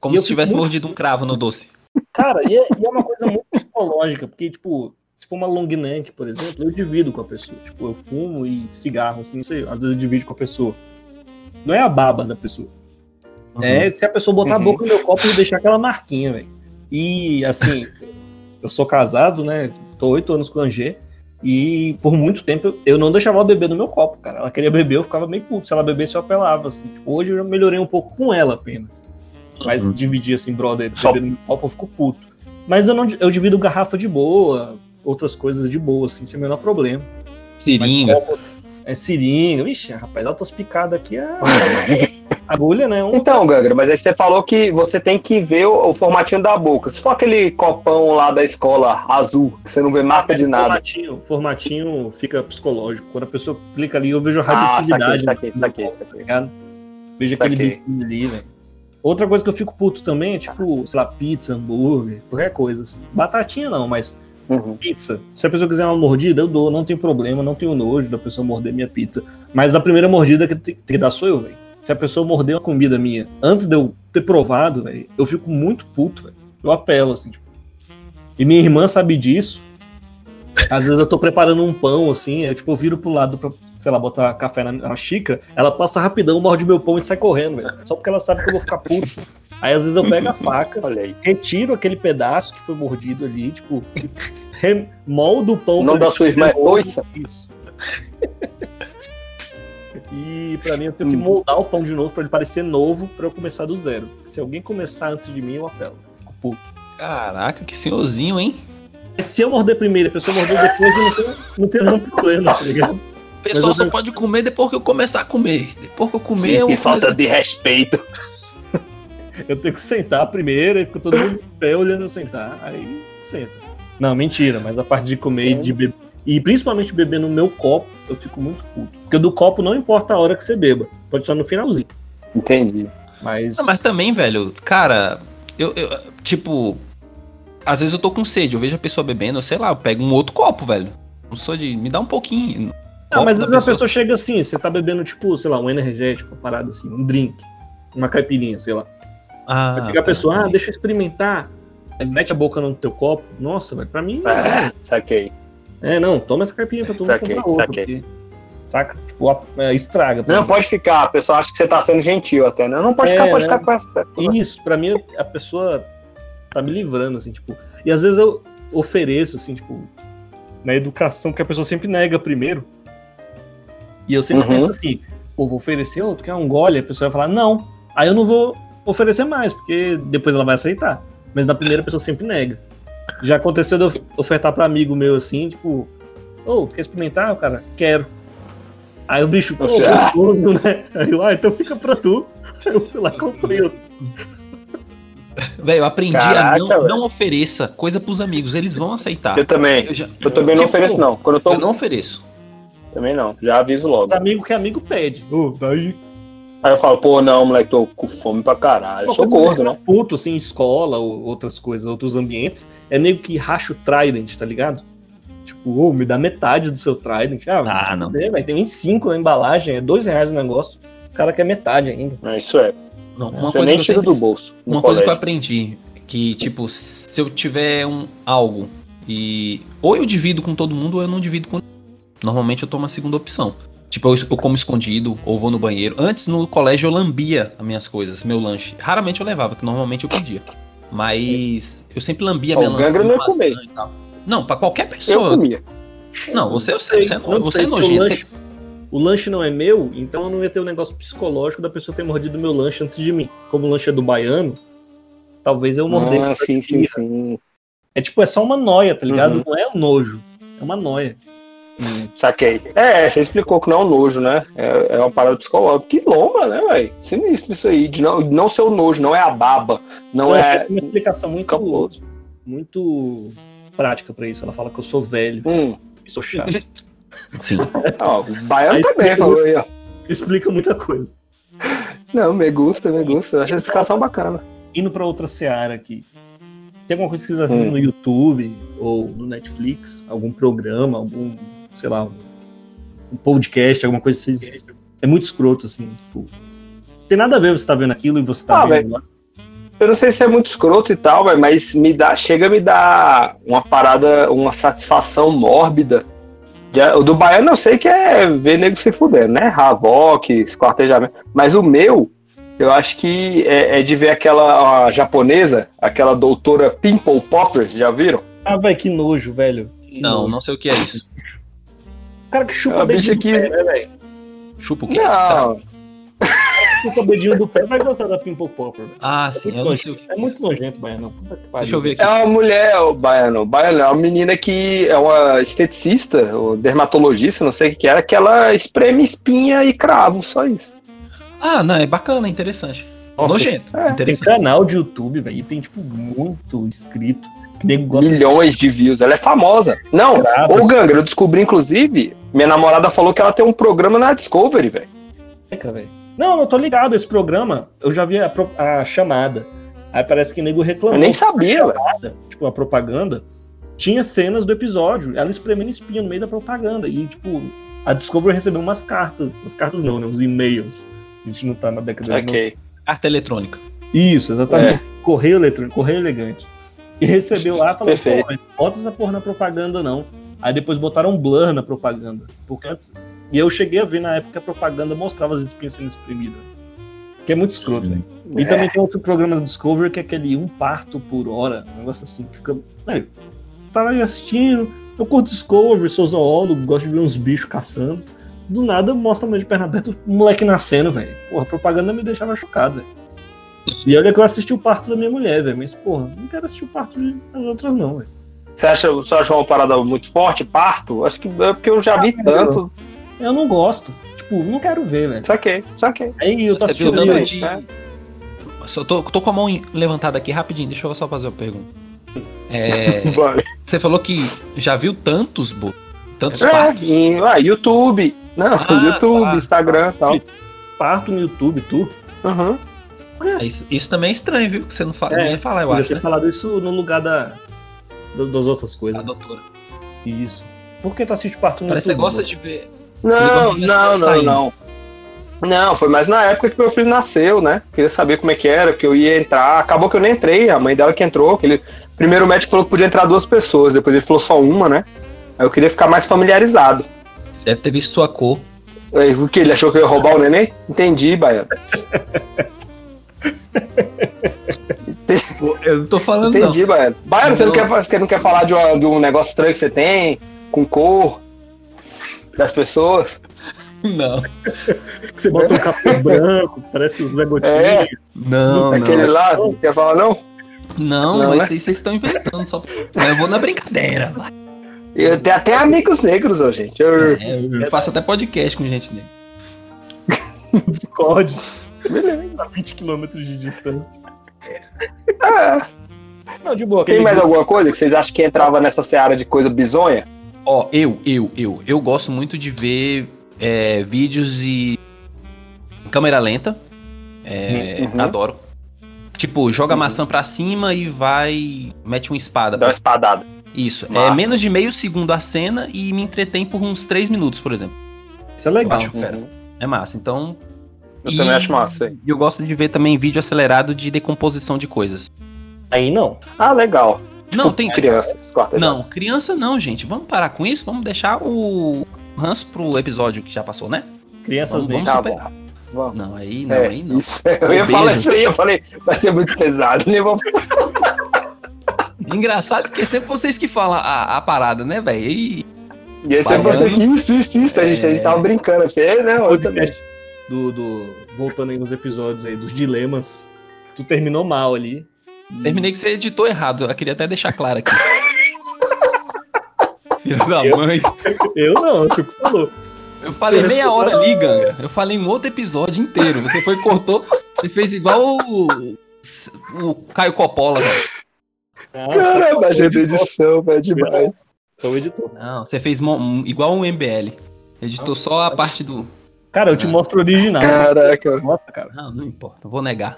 C: Como
A: E eu
C: se
A: fico
C: tivesse
A: muito-
C: mordido um cravo no doce.
A: Cara, e é, e é uma coisa muito psicológica, porque, tipo, se for uma long neck, por exemplo, eu divido com a pessoa. Tipo, eu fumo e cigarro, assim, não sei, às vezes eu divido com a pessoa. Não é a baba da pessoa. É se a pessoa botar
B: Uhum.
A: a boca no meu copo e deixar aquela marquinha, velho. E, assim, eu sou casado, né? Tô oito anos com a Angê. E por muito tempo eu- eu não deixava ela beber no meu copo, cara. Ela queria beber, eu ficava meio puto. Se ela bebesse, eu apelava, assim. Tipo, hoje eu já melhorei um pouco com ela apenas. Mas
C: Uhum.
A: dividir, assim, brother,
B: Só-
A: beber no meu copo, eu fico puto. Mas eu, não, eu divido garrafa de boa, outras coisas de boa, assim, sem o menor problema. Mas
C: Seringa.
A: copo- É seringa. Vixe, rapaz, altas picadas aqui é. Agulha, né? Um
B: Então, Gangra, mas aí você falou que você tem que ver o, o formatinho da boca. Se for aquele copão lá da escola azul, que você não vê marca de nada.
A: É, Formatinho, formatinho fica psicológico. Quando a pessoa clica ali, eu vejo a
B: Ah, saquei,
A: radioatividade.
B: saquei,
A: no
B: saquei,
A: copo, tá
B: saquei.
A: ligado? Vejo
B: Saquei.
A: aquele biquinho ali, velho. Outra coisa que eu fico puto também é tipo, sei lá, pizza, hambúrguer, qualquer coisa. assim. Batatinha não, mas
B: Uhum.
A: pizza. Se a pessoa quiser uma mordida, eu dou, não tem problema, não tenho nojo da pessoa morder minha pizza. Mas a primeira mordida que tem tem que dar sou eu, velho. Se a pessoa morder uma comida minha antes de eu ter provado, velho, eu fico muito puto, velho. Eu apelo, assim, tipo. E minha irmã sabe disso. Às vezes eu tô preparando um pão, assim, eu, tipo, eu viro pro lado pra, sei lá, botar café na, na xícara, ela passa rapidão, morde meu pão e sai correndo, velho. Só porque ela sabe que eu vou ficar puto. Aí às vezes eu pego a faca,
B: Olha aí.
A: retiro aquele pedaço que foi mordido ali, tipo, remoldo o
B: O
A: pão.
B: nome
A: pra
B: da sua irmã é Oissa?
A: Isso. E pra mim eu tenho que moldar o pão de novo pra ele parecer novo pra eu começar do zero. Se alguém começar antes de mim, eu apelo. Fico puto.
C: Caraca, que senhorzinho, hein?
A: Mas se eu morder primeiro e a pessoa morder depois, eu não tenho, não tenho nenhum problema, tá ligado?
C: O pessoal
A: eu
C: só
A: tenho-
C: pode comer depois que eu começar a comer. Depois que eu comer, eu
B: Que
C: vou
B: falta de respeito.
A: Eu tenho que sentar primeiro, aí fica todo mundo em pé olhando eu sentar. Aí senta. Não, mentira, mas a parte de comer e de beber. E principalmente beber no meu copo, eu fico muito puto. Porque do copo não importa a hora que você beba. Pode estar no finalzinho.
B: Entendi.
A: Mas. tá-
C: Ah, mas também, velho, cara, eu, eu, tipo, às vezes eu tô com sede, eu vejo a pessoa bebendo, sei lá, eu pego um outro copo, velho. Não sou de. Me dá um pouquinho.
A: Não, mas
C: copo
A: às
C: da
A: vezes a pessoa chega assim, você tá bebendo, tipo, sei lá, um energético, uma parada assim, um drink, uma caipirinha, sei lá. Aí
C: Ah,
A: fica a
C: tá,
A: pessoa, ah,
C: entendi.
A: deixa eu experimentar. Aí mete a boca no teu copo. Nossa, velho, pra mim.
B: Ah, saquei.
A: É, não, toma essa caipirinha pra tu não
B: Saquei,
A: comprar outra.
B: saquei.
A: porque- Saca? Tipo, tipo, a- é, estraga. pra
B: Não,
A: mim.
B: pode ficar, o pessoal acha que você tá sendo gentil até, né? Não, pode
A: É,
B: ficar, pode
A: né?
B: ficar com essa.
A: Isso, pra mim, a pessoa tá me livrando, assim, tipo. E às vezes eu ofereço, assim, tipo, na educação, porque a pessoa sempre nega primeiro. E eu sempre
B: Uhum.
A: penso assim, pô, vou oferecer, ô, tu quer um gole? A pessoa vai falar, não. Aí eu não vou oferecer mais, porque depois ela vai aceitar. Mas na primeira a pessoa sempre nega. Já aconteceu de eu ofertar pra amigo meu, assim, tipo, ô, tu quer experimentar? O cara, quero. Aí o bicho, pô,
B: Nossa.
A: gostoso, né? Aí eu, ah, então fica pra tu. Aí eu fui lá e comprei outro.
C: Velho, eu aprendi
B: Caraca,
C: a não,
B: velho.
C: não ofereça coisa pros amigos, eles vão aceitar.
B: Eu também.
C: Eu, já-
B: Eu também não
C: Tipo,
B: ofereço, não. Quando eu tô.
C: eu não ofereço.
B: Também não. Já aviso logo.
A: Os amigos que amigo pede. Ô, daí.
B: Aí eu falo, pô, não, moleque, tô com fome pra caralho. Eu sou gordo, né?
A: Puto, assim, em escola ou outras coisas, outros ambientes. É nego que racha o Trident, tá ligado? Tipo, ô, me dá metade do seu Trident. Ah, vai
C: Ah,
A: se
C: não.
A: fuder, velho. Tem 25 na embalagem, é dois reais o negócio. O cara quer metade ainda.
B: É, Isso é.
C: Não, uma
B: Você
C: coisa
B: nem
C: que eu
B: tira
C: sempre
B: do bolso. no
C: Uma coisa que eu
B: colégio.
C: aprendi, que tipo, se eu tiver um algo e ou eu divido com todo mundo ou eu não divido com Normalmente eu tomo a segunda opção. Tipo, eu, eu como escondido ou vou no banheiro. Antes no colégio eu lambia as minhas coisas, meu lanche. Raramente eu levava, que normalmente eu pedia. Mas eu sempre lambia
B: Ó,
C: minha
B: o
C: lanche.
B: Gangra não ia
C: maçã
B: comer.
C: e tal. Não, pra qualquer
B: Eu
C: pessoa.
B: comia.
C: Não, você, eu sei, você, é no-
A: Eu
C: você
A: sei
C: é
A: que o
C: nojento.
A: lanche- O lanche não é meu, então eu não ia ter o negócio psicológico da pessoa ter mordido meu lanche antes de mim. Como o lanche é do baiano, talvez eu mordesse.
B: Ah, sim, sim, sim.
A: É tipo, é só uma noia, tá ligado?
B: Uhum. Hum,
A: Não é um nojo. É uma noia. Então,
B: Saquei. É, você explicou que não é um nojo, né? É, é uma parada psicológica. Que lomba, né, velho? Sinistro isso aí. De não, não ser o nojo, não é a baba. Não
A: eu
B: é.
A: achei uma explicação muito,
B: Cabuloso.
A: muito prática pra isso. Ela fala que eu sou velho
B: Hum.
A: e sou chato.
C: Sim.
B: Ó, o baiano
A: Aí
B: também
A: explica
B: falou aí, ó.
A: Explica muita coisa.
B: Não, me gusta, me gusta. Eu Acho a explicação bacana.
A: Indo pra outra seara aqui. Tem alguma coisa que vocês assistem
B: Hum.
A: no YouTube ou no Netflix? Algum programa, algum, sei lá, um, um podcast, alguma coisa que vocês... É muito escroto, assim. Tipo, tem nada a ver você tá vendo aquilo e você tá
B: Ah,
A: vendo lá.
B: Eu não sei se é muito escroto e tal, velho, mas me dá, chega a me dar uma parada, uma satisfação mórbida. Já- o do baiano eu sei que é ver nego se fudendo, né? Havok, esquartejamento. Mas o meu, eu acho que é, é de ver aquela ó, japonesa, aquela doutora Pimple Popper, já viram?
A: Ah, velho, que nojo, velho. Que
C: Não,
A: nojo.
C: não sei o que é isso.
A: O cara que
B: É
A: chupa
B: uma
A: o dedinho
B: bicha
A: do
B: que-
A: pé, né, velho?
C: Chupa o quê?
B: Não,
A: Chupa o dedinho do pé, vai gostar da Pimple Popper.
C: Ah, sim, eu não sei o que é
A: É
C: isso.
A: muito nojento, Baiano. Puta que pariu.
C: Deixa eu ver aqui.
B: é uma mulher, o baiano. O baiano é uma menina que é uma esteticista, ou dermatologista, não sei o que que era, que ela espreme espinha e cravo, só isso.
C: Ah, não, é bacana, é interessante.
A: Nossa,
C: Nojento,
B: é,
A: tem
C: interessante.
A: canal de YouTube, velho, e tem, tipo, muito inscrito. Que nego gosta de
B: milhões de views. Ela é famosa. Não,
A: cravos.
B: ô Gangra, eu descobri, inclusive, minha namorada falou que ela tem um programa na Discovery, velho.
A: Seca, velho. Não, eu tô ligado, esse programa, eu já vi a, pro- a chamada. Aí parece que nego
B: Eu
A: reclamou.
B: nem sabia, velho.
A: Tipo, a propaganda. Tinha cenas do episódio, ela espremendo espinha no meio da propaganda. E, tipo, a Discovery recebeu umas cartas. As cartas não, né? Os e-mails. A gente não tá na década de
B: Ok.
C: Carta eletrônica.
A: Isso, exatamente. Correio eletrônico, correio elegante. E recebeu lá e falou:
B: Perfeito.
A: "Pô, mas bota essa porra na propaganda, não. Aí depois botaram um blur na propaganda. Porque antes. E eu cheguei a ver na época que a propaganda mostrava as espinhas sendo exprimidas. Que é muito escroto, velho. E também tem outro programa do Discovery que é aquele um parto por hora. Um negócio assim. que Fica. Velho, tava aí assistindo. Eu curto Discovery, sou zoólogo, gosto de ver uns bichos caçando. Do nada mostra a mãe de perna aberta, o moleque nascendo, velho. Porra, a propaganda me deixava chocado, velho. E olha que eu assisti o parto da minha mulher, velho. Mas, porra, não quero assistir o parto de- das outras, não, velho.
B: Você acha, você acha uma parada muito forte, parto? Acho que é porque eu já vi
A: Ah,
B: tanto.
A: Eu não gosto. Tipo, não quero ver, velho.
B: Saquei, saquei.
A: Aí eu tô
C: Você viu o
A: tá assistindo.
C: tanto
B: também,
A: aí,
C: de.
B: né?
C: Só tô, tô com a mão em- levantada aqui rapidinho, deixa eu só fazer uma pergunta. É,
B: Vai.
C: você falou que já viu tantos, bo... tantos
B: É,
C: parques?
B: e, ah, YouTube. Não,
C: Ah,
B: YouTube,
C: tá.
B: Instagram e tal.
A: parto no YouTube, tu.
B: Uhum.
C: Isso, isso também é estranho, viu? Você não, fala,
A: É,
C: não ia falar, eu
A: Eu já
C: acho,
A: tinha
C: né?
A: falado isso no lugar da, das, das outras
C: A
A: coisas.
C: doutora.
A: Isso. Por que tu assiste parto no
C: Tá Parece que você
A: YouTube?
C: gosta
A: mano?
C: de ver.
B: Não,
C: Ele gosta de
B: não, não,
C: sair.
B: não. Não, foi mais na época que meu filho nasceu, né? Queria saber como é que era, que eu ia entrar. Acabou que eu nem entrei, a mãe dela que entrou. que ele- Primeiro o médico falou que podia entrar duas pessoas, depois ele falou só uma, né? Aí eu queria ficar mais familiarizado.
C: Deve ter visto sua cor.
B: Aí, O que? Ele achou que eu ia roubar o neném? Entendi, Baiano.
C: Pô, Eu não tô falando,
B: Entendi, Baiano. Baiano, você não,
C: Não.
B: quer, fa- você não quer falar de, uma- de um negócio estranho que você tem, com cor, das pessoas?
C: não. Não.
A: Você bota um capô branco, parece o Zé Gotinha. né?
B: É.
C: Não,
B: Aquele
C: não.
B: lá, não quer falar não?
C: Não,
B: Não,
C: mas
B: né?
C: isso aí vocês estão inventando. Só... Mas Eu vou na brincadeira. vai.
B: Eu tenho até amigos negros, ó, gente. Eu-
C: É, eu faço até podcast com gente negra.
A: Discord. A 20 km de distância.
B: Ah,
A: Não, de boa.
B: tem
A: aquele
B: mais
A: grupo-
B: alguma coisa que vocês acham que entrava nessa seara de coisa bizonha?
C: Ó, eu, eu, eu, eu gosto muito de ver é, vídeos e em câmera lenta. É,
B: Uhum.
C: Adoro. Tipo, joga a
B: Uhum.
C: maçã pra cima e vai. Mete uma espada.
B: Dá uma espadada.
C: Isso. É
B: Massa.
C: menos de meio segundo a cena e me entretém por uns 3 minutos, por exemplo.
A: Isso é legal.
C: Eu acho. Fera.
B: Uhum.
C: É massa. Então.
B: Eu
C: e-
B: também acho massa. hein?
C: E eu gosto de ver também vídeo acelerado de decomposição de coisas.
A: Aí não.
B: Ah, legal.
C: Não, tem. tipo
B: crianças, corta
C: Não, criança não, gente. Vamos parar com isso. Vamos deixar o ranço pro episódio que já passou, né?
A: Crianças
C: Vamos-
A: nem.
B: Tá bom.
C: superar.
B: Vamos.
C: Não, aí não,
B: É,
C: aí não.
B: isso. Eu ia falar
C: Beijo.
B: isso aí, eu falei, vai ser muito pesado, né? Vamos-
C: Engraçado que é sempre vocês que falam a, a parada, né, velho? E
B: E aí você
C: Baiano.
B: pensa que isso, isso, isso. A gente, a gente
C: É.
B: tava brincando, você, né? Eu também.
A: podcast do, do- Voltando aí nos episódios aí, dos dilemas. Tu terminou mal ali.
C: terminei que você editou errado. Eu queria até deixar claro aqui. Filho da
A: Eu?
C: mãe.
A: Eu não, o Chico falou.
C: Eu falei meia hora ali, Ganga. Eu falei um outro episódio inteiro. Você foi e cortou. Você fez igual o. O Caio Coppola, velho.
A: Ah,
B: Caramba, a
A: só-
B: gente é edição, velho, demais.
A: Só o editor.
C: Não, você fez mo- um- igual um MBL. Editou só a parte do.
A: Cara, eu te mostro o original.
B: Caraca,
A: Ah. Nossa, cara.
C: Não, não importa. Vou negar.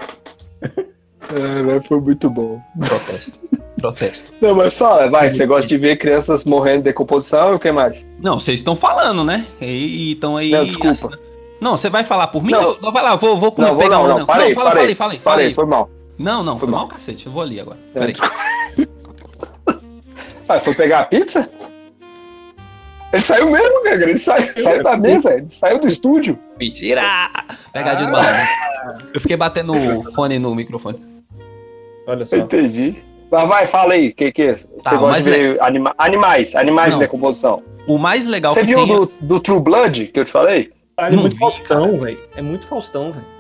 B: é, mas foi muito bom.
C: Protesto. Protesto.
B: Não, mas fala, vai, você gosta de ver crianças morrendo de decomposição e o que mais?
C: Não, vocês estão falando, né? E estão aí.
B: Não, desculpa.
C: Não, você vai falar por mim?
B: Não.
C: Eu- não, vai lá, vou, vou
B: Não, vou não, não, parei,
C: fala,
B: parei,
C: fala aí, fala aí,
B: Falei,
C: fala aí.
B: foi mal.
C: Não, não,
B: Foi
C: foi mal, cacete. Eu vou ali agora.
B: É.
C: Peraí.
B: Ah, foi pegar a pizza? Ele saiu mesmo, cara, ele saiu, saiu da mesa, ele saiu do estúdio.
C: Mentira! Pegadinha do malandro. Eu fiquei batendo o fone no microfone.
A: Olha só.
B: Eu Entendi. Mas vai, fala aí, que que
C: Tá,
B: você gosta
C: mas
B: de ver anima- animais, animais
C: Não.
B: de decomposição.
C: O mais legal
B: Você
C: que
B: viu
C: tem.
B: do, do True Blood que eu te falei?
A: Caralho,
C: Não
A: é muito
C: vi,
A: Faustão, velho. É muito Faustão, velho.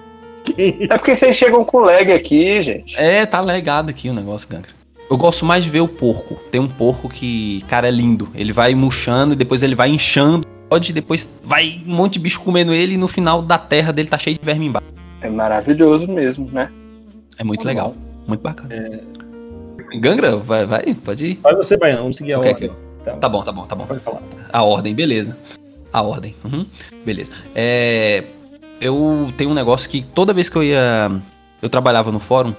B: É porque vocês chegam com lag aqui, gente.
C: É, tá legado aqui o negócio, Gangra. Eu gosto mais de ver o porco. Tem um porco que, cara, é lindo. Ele vai murchando e depois ele vai inchando. Pode, depois vai um monte de bicho comendo ele e no final da terra dele tá cheio de verme embaixo.
B: É maravilhoso mesmo, né?
C: É muito
B: Tá
C: legal. Muito bacana. Gangra, vai, vai, pode ir.
A: Vai você, Baiano. Vamos seguir É. a
C: Ok,
A: ordem. Então,
C: Tá bom, tá bom, tá bom.
A: Pode falar.
C: A ordem, beleza. A ordem. uhum, Beleza. É, eu tenho um negócio que toda vez que eu ia. Eu trabalhava no fórum.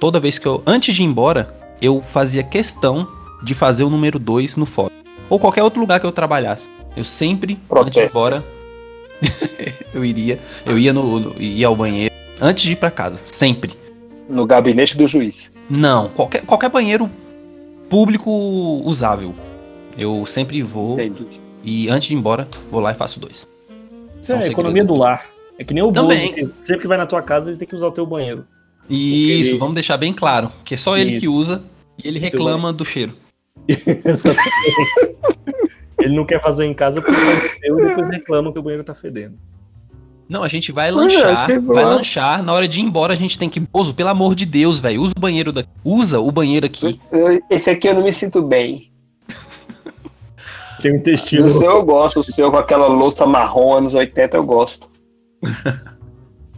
C: Toda vez que eu. Antes de ir embora, eu fazia questão de fazer o número 2 no fórum. Ou qualquer outro lugar que eu trabalhasse. Eu sempre, antes de ir
B: Protesto.
C: embora. eu iria. Eu ia no, no- ia ao banheiro. Antes de ir pra casa. Sempre.
B: No gabinete do juiz.
C: Não, qualquer, qualquer banheiro público usável. Eu sempre vou.
B: Entendi.
C: E antes de ir embora, vou lá e faço dois.
A: Isso
C: São
A: é a economia
C: segredos.
A: do lar. É que nem o Bozo,
C: um Também.
A: que sempre que vai na tua casa, ele tem que usar o teu banheiro.
C: Isso,
A: Ok.
C: vamos deixar bem claro. Que é só ele
A: Isso.
C: que usa e ele
A: Muito
C: reclama do cheiro.
A: ele não quer fazer em casa porque vai no teu e depois reclama que o banheiro tá fedendo.
C: Não, a gente vai
B: Pois é,
C: lanchar,
B: chegou.
C: vai lanchar. Na hora de ir embora, a gente tem que. Bozo, pelo amor de Deus, velho. Usa o banheiro daqui. Usa o banheiro aqui.
B: Eu- Esse aqui eu não me sinto bem.
A: Tem um
B: O
A: intestino.
B: seu eu gosto, o seu com aquela louça marrom anos 80 eu gosto.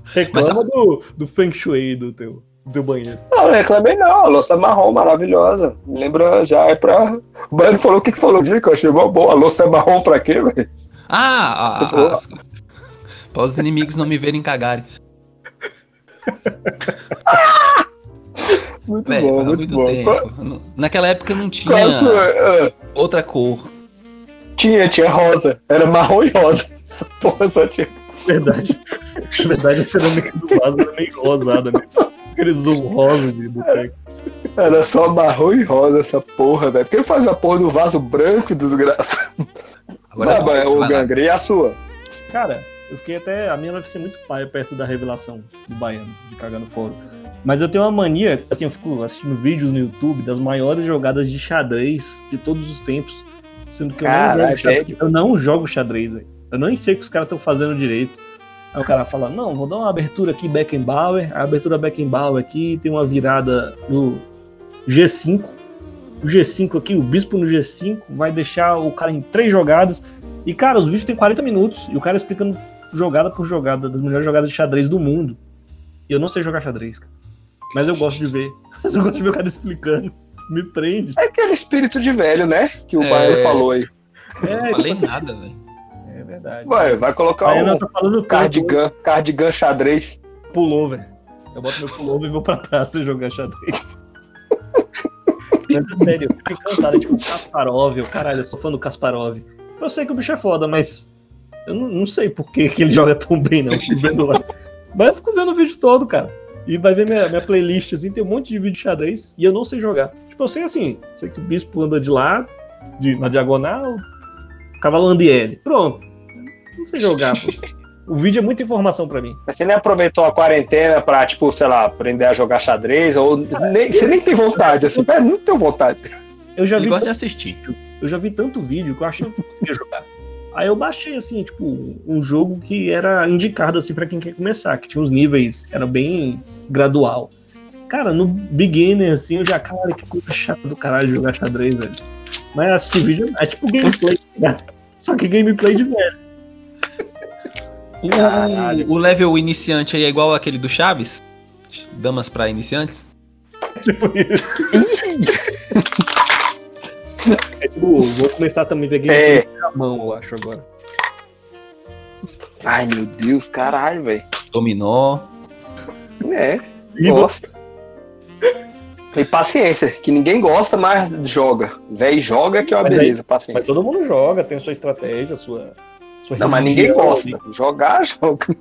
A: Reclama do, do Feng Shui do teu, do teu banheiro.
B: Não, não reclamei não, a louça marrom maravilhosa. Me lembra já, é pra... O Baiano falou, o que que você falou? Dica, eu achei mó boa, a louça é marrom pra quê, velho?
C: Ah,
B: Você
C: ah,
B: falou?
C: ah, Pra os inimigos não me verem cagarem.
B: Muito
C: Velho,
B: bom,
C: há
B: muito,
C: muito
B: bom.
C: tempo. Não- Naquela época não tinha
B: Qual é a sua- ah,
C: outra cor.
B: tinha, tinha rosa. Era marrom e rosa. Essa porra só tinha.
A: Verdade. Na verdade, a cerâmica do vaso era meio rosada mesmo. Aqueles zoom rosa de boteco.
B: Era só marrom e rosa essa porra, velho. Por que ele faz a porra do vaso branco, desgraça?
C: Agora
B: Agora,
C: vai
B: é o
C: lá.
B: Gangre, e a sua?
A: Cara, eu fiquei até. A minha vai ser muito paia perto da revelação do baiano, de cagar no fórum. Mas eu tenho uma mania, assim, eu fico assistindo vídeos no YouTube das maiores jogadas de xadrez de todos os tempos. Sendo que eu não
B: Caralho,
A: jogo xadrez.
B: velho.
A: Eu não jogo xadrez, velho. Eu nem sei o que os caras estão fazendo direito. Aí o cara fala, não, vou dar uma abertura aqui, Beckenbauer. A abertura Beckenbauer aqui tem uma virada no G5. O G5 aqui, o bispo no G5, vai deixar o cara em três jogadas. E, cara, os vídeos têm 40 minutos e o cara explicando jogada por jogada, das melhores jogadas de xadrez do mundo. E eu não sei jogar xadrez, cara. Mas eu gosto de ver. Mas eu gosto de ver o cara explicando. Me prende.
B: É aquele espírito de velho, né? Que o
C: É.
B: Baiano falou aí.
C: Não falei nada, velho.
A: É verdade.
B: Vai, vai colocar
A: Aí
B: um
A: ela tá falando tanto,
B: cardigan, cardigan xadrez.
A: pulou, velho. Eu boto meu pullover e vou pra praça jogar xadrez. Mas é sério, eu fico encantado. É tipo Kasparov, eu, caralho, eu sou fã do Kasparov. Eu sei que o bicho é foda, mas eu não, não sei por que, que ele joga tão bem, não. Eu fico vendo lá. Mas eu fico vendo o vídeo todo, cara. E vai ver minha, minha playlist, assim, tem um monte de vídeo de xadrez e eu não sei jogar. Tipo, eu sei assim, sei que o bispo anda de lado, de, na diagonal, o cavalo anda e ele. Pronto. Não sei jogar, pô. O vídeo é muita informação pra mim.
B: Mas você nem aproveitou a quarentena pra, tipo, sei lá, aprender a jogar xadrez, ou nem, você nem tem vontade, assim, velho, não tenho vontade.
A: Eu já
C: Ele
A: vi
C: gosta de assistir.
A: eu já vi tanto vídeo que eu achei que eu não conseguia jogar. Aí eu baixei, assim, tipo, um jogo que era indicado, assim, pra quem quer começar, que tinha uns níveis, era bem gradual. Cara, no beginner, assim, eu já, cara, que coisa chata do caralho jogar xadrez, velho. Mas assistir vídeo é tipo gameplay, né? Só que gameplay de velho.
C: O,
B: Caralho.
C: o level iniciante aí é igual aquele do Chaves? Damas pra iniciantes?
A: Tipo isso. É tipo, vou começar também a ver gameplay
B: É.
A: na mão, eu acho, agora.
B: Ai, meu Deus, caralho, velho.
C: Dominó.
B: É,
A: E
B: gosta. Tem paciência, que ninguém gosta, mas joga. Véi, joga que é uma
A: Mas aí-
B: beleza,
A: Mas
B: paciência.
A: todo mundo joga, tem sua estratégia, sua. sua né?
B: Não, mas ninguém
A: religião,
B: gosta. Jogar, joga.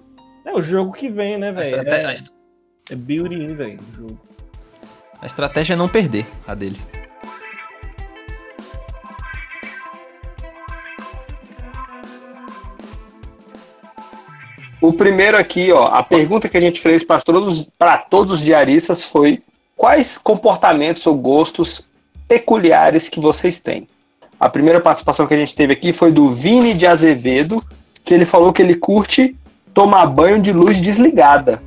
A: É o jogo que vem, né,
C: A,
A: velho?
C: estrate- a
A: É,
C: est-
A: é build in, velho. o jogo.
C: a estratégia é não perder a deles.
B: O primeiro aqui, ó, a pergunta que a gente fez para todos, pra todos os diaristas foi quais comportamentos ou gostos peculiares que vocês têm. A primeira participação que a gente teve aqui foi do Vini de Azevedo, que ele falou que ele curte tomar banho de luz desligada.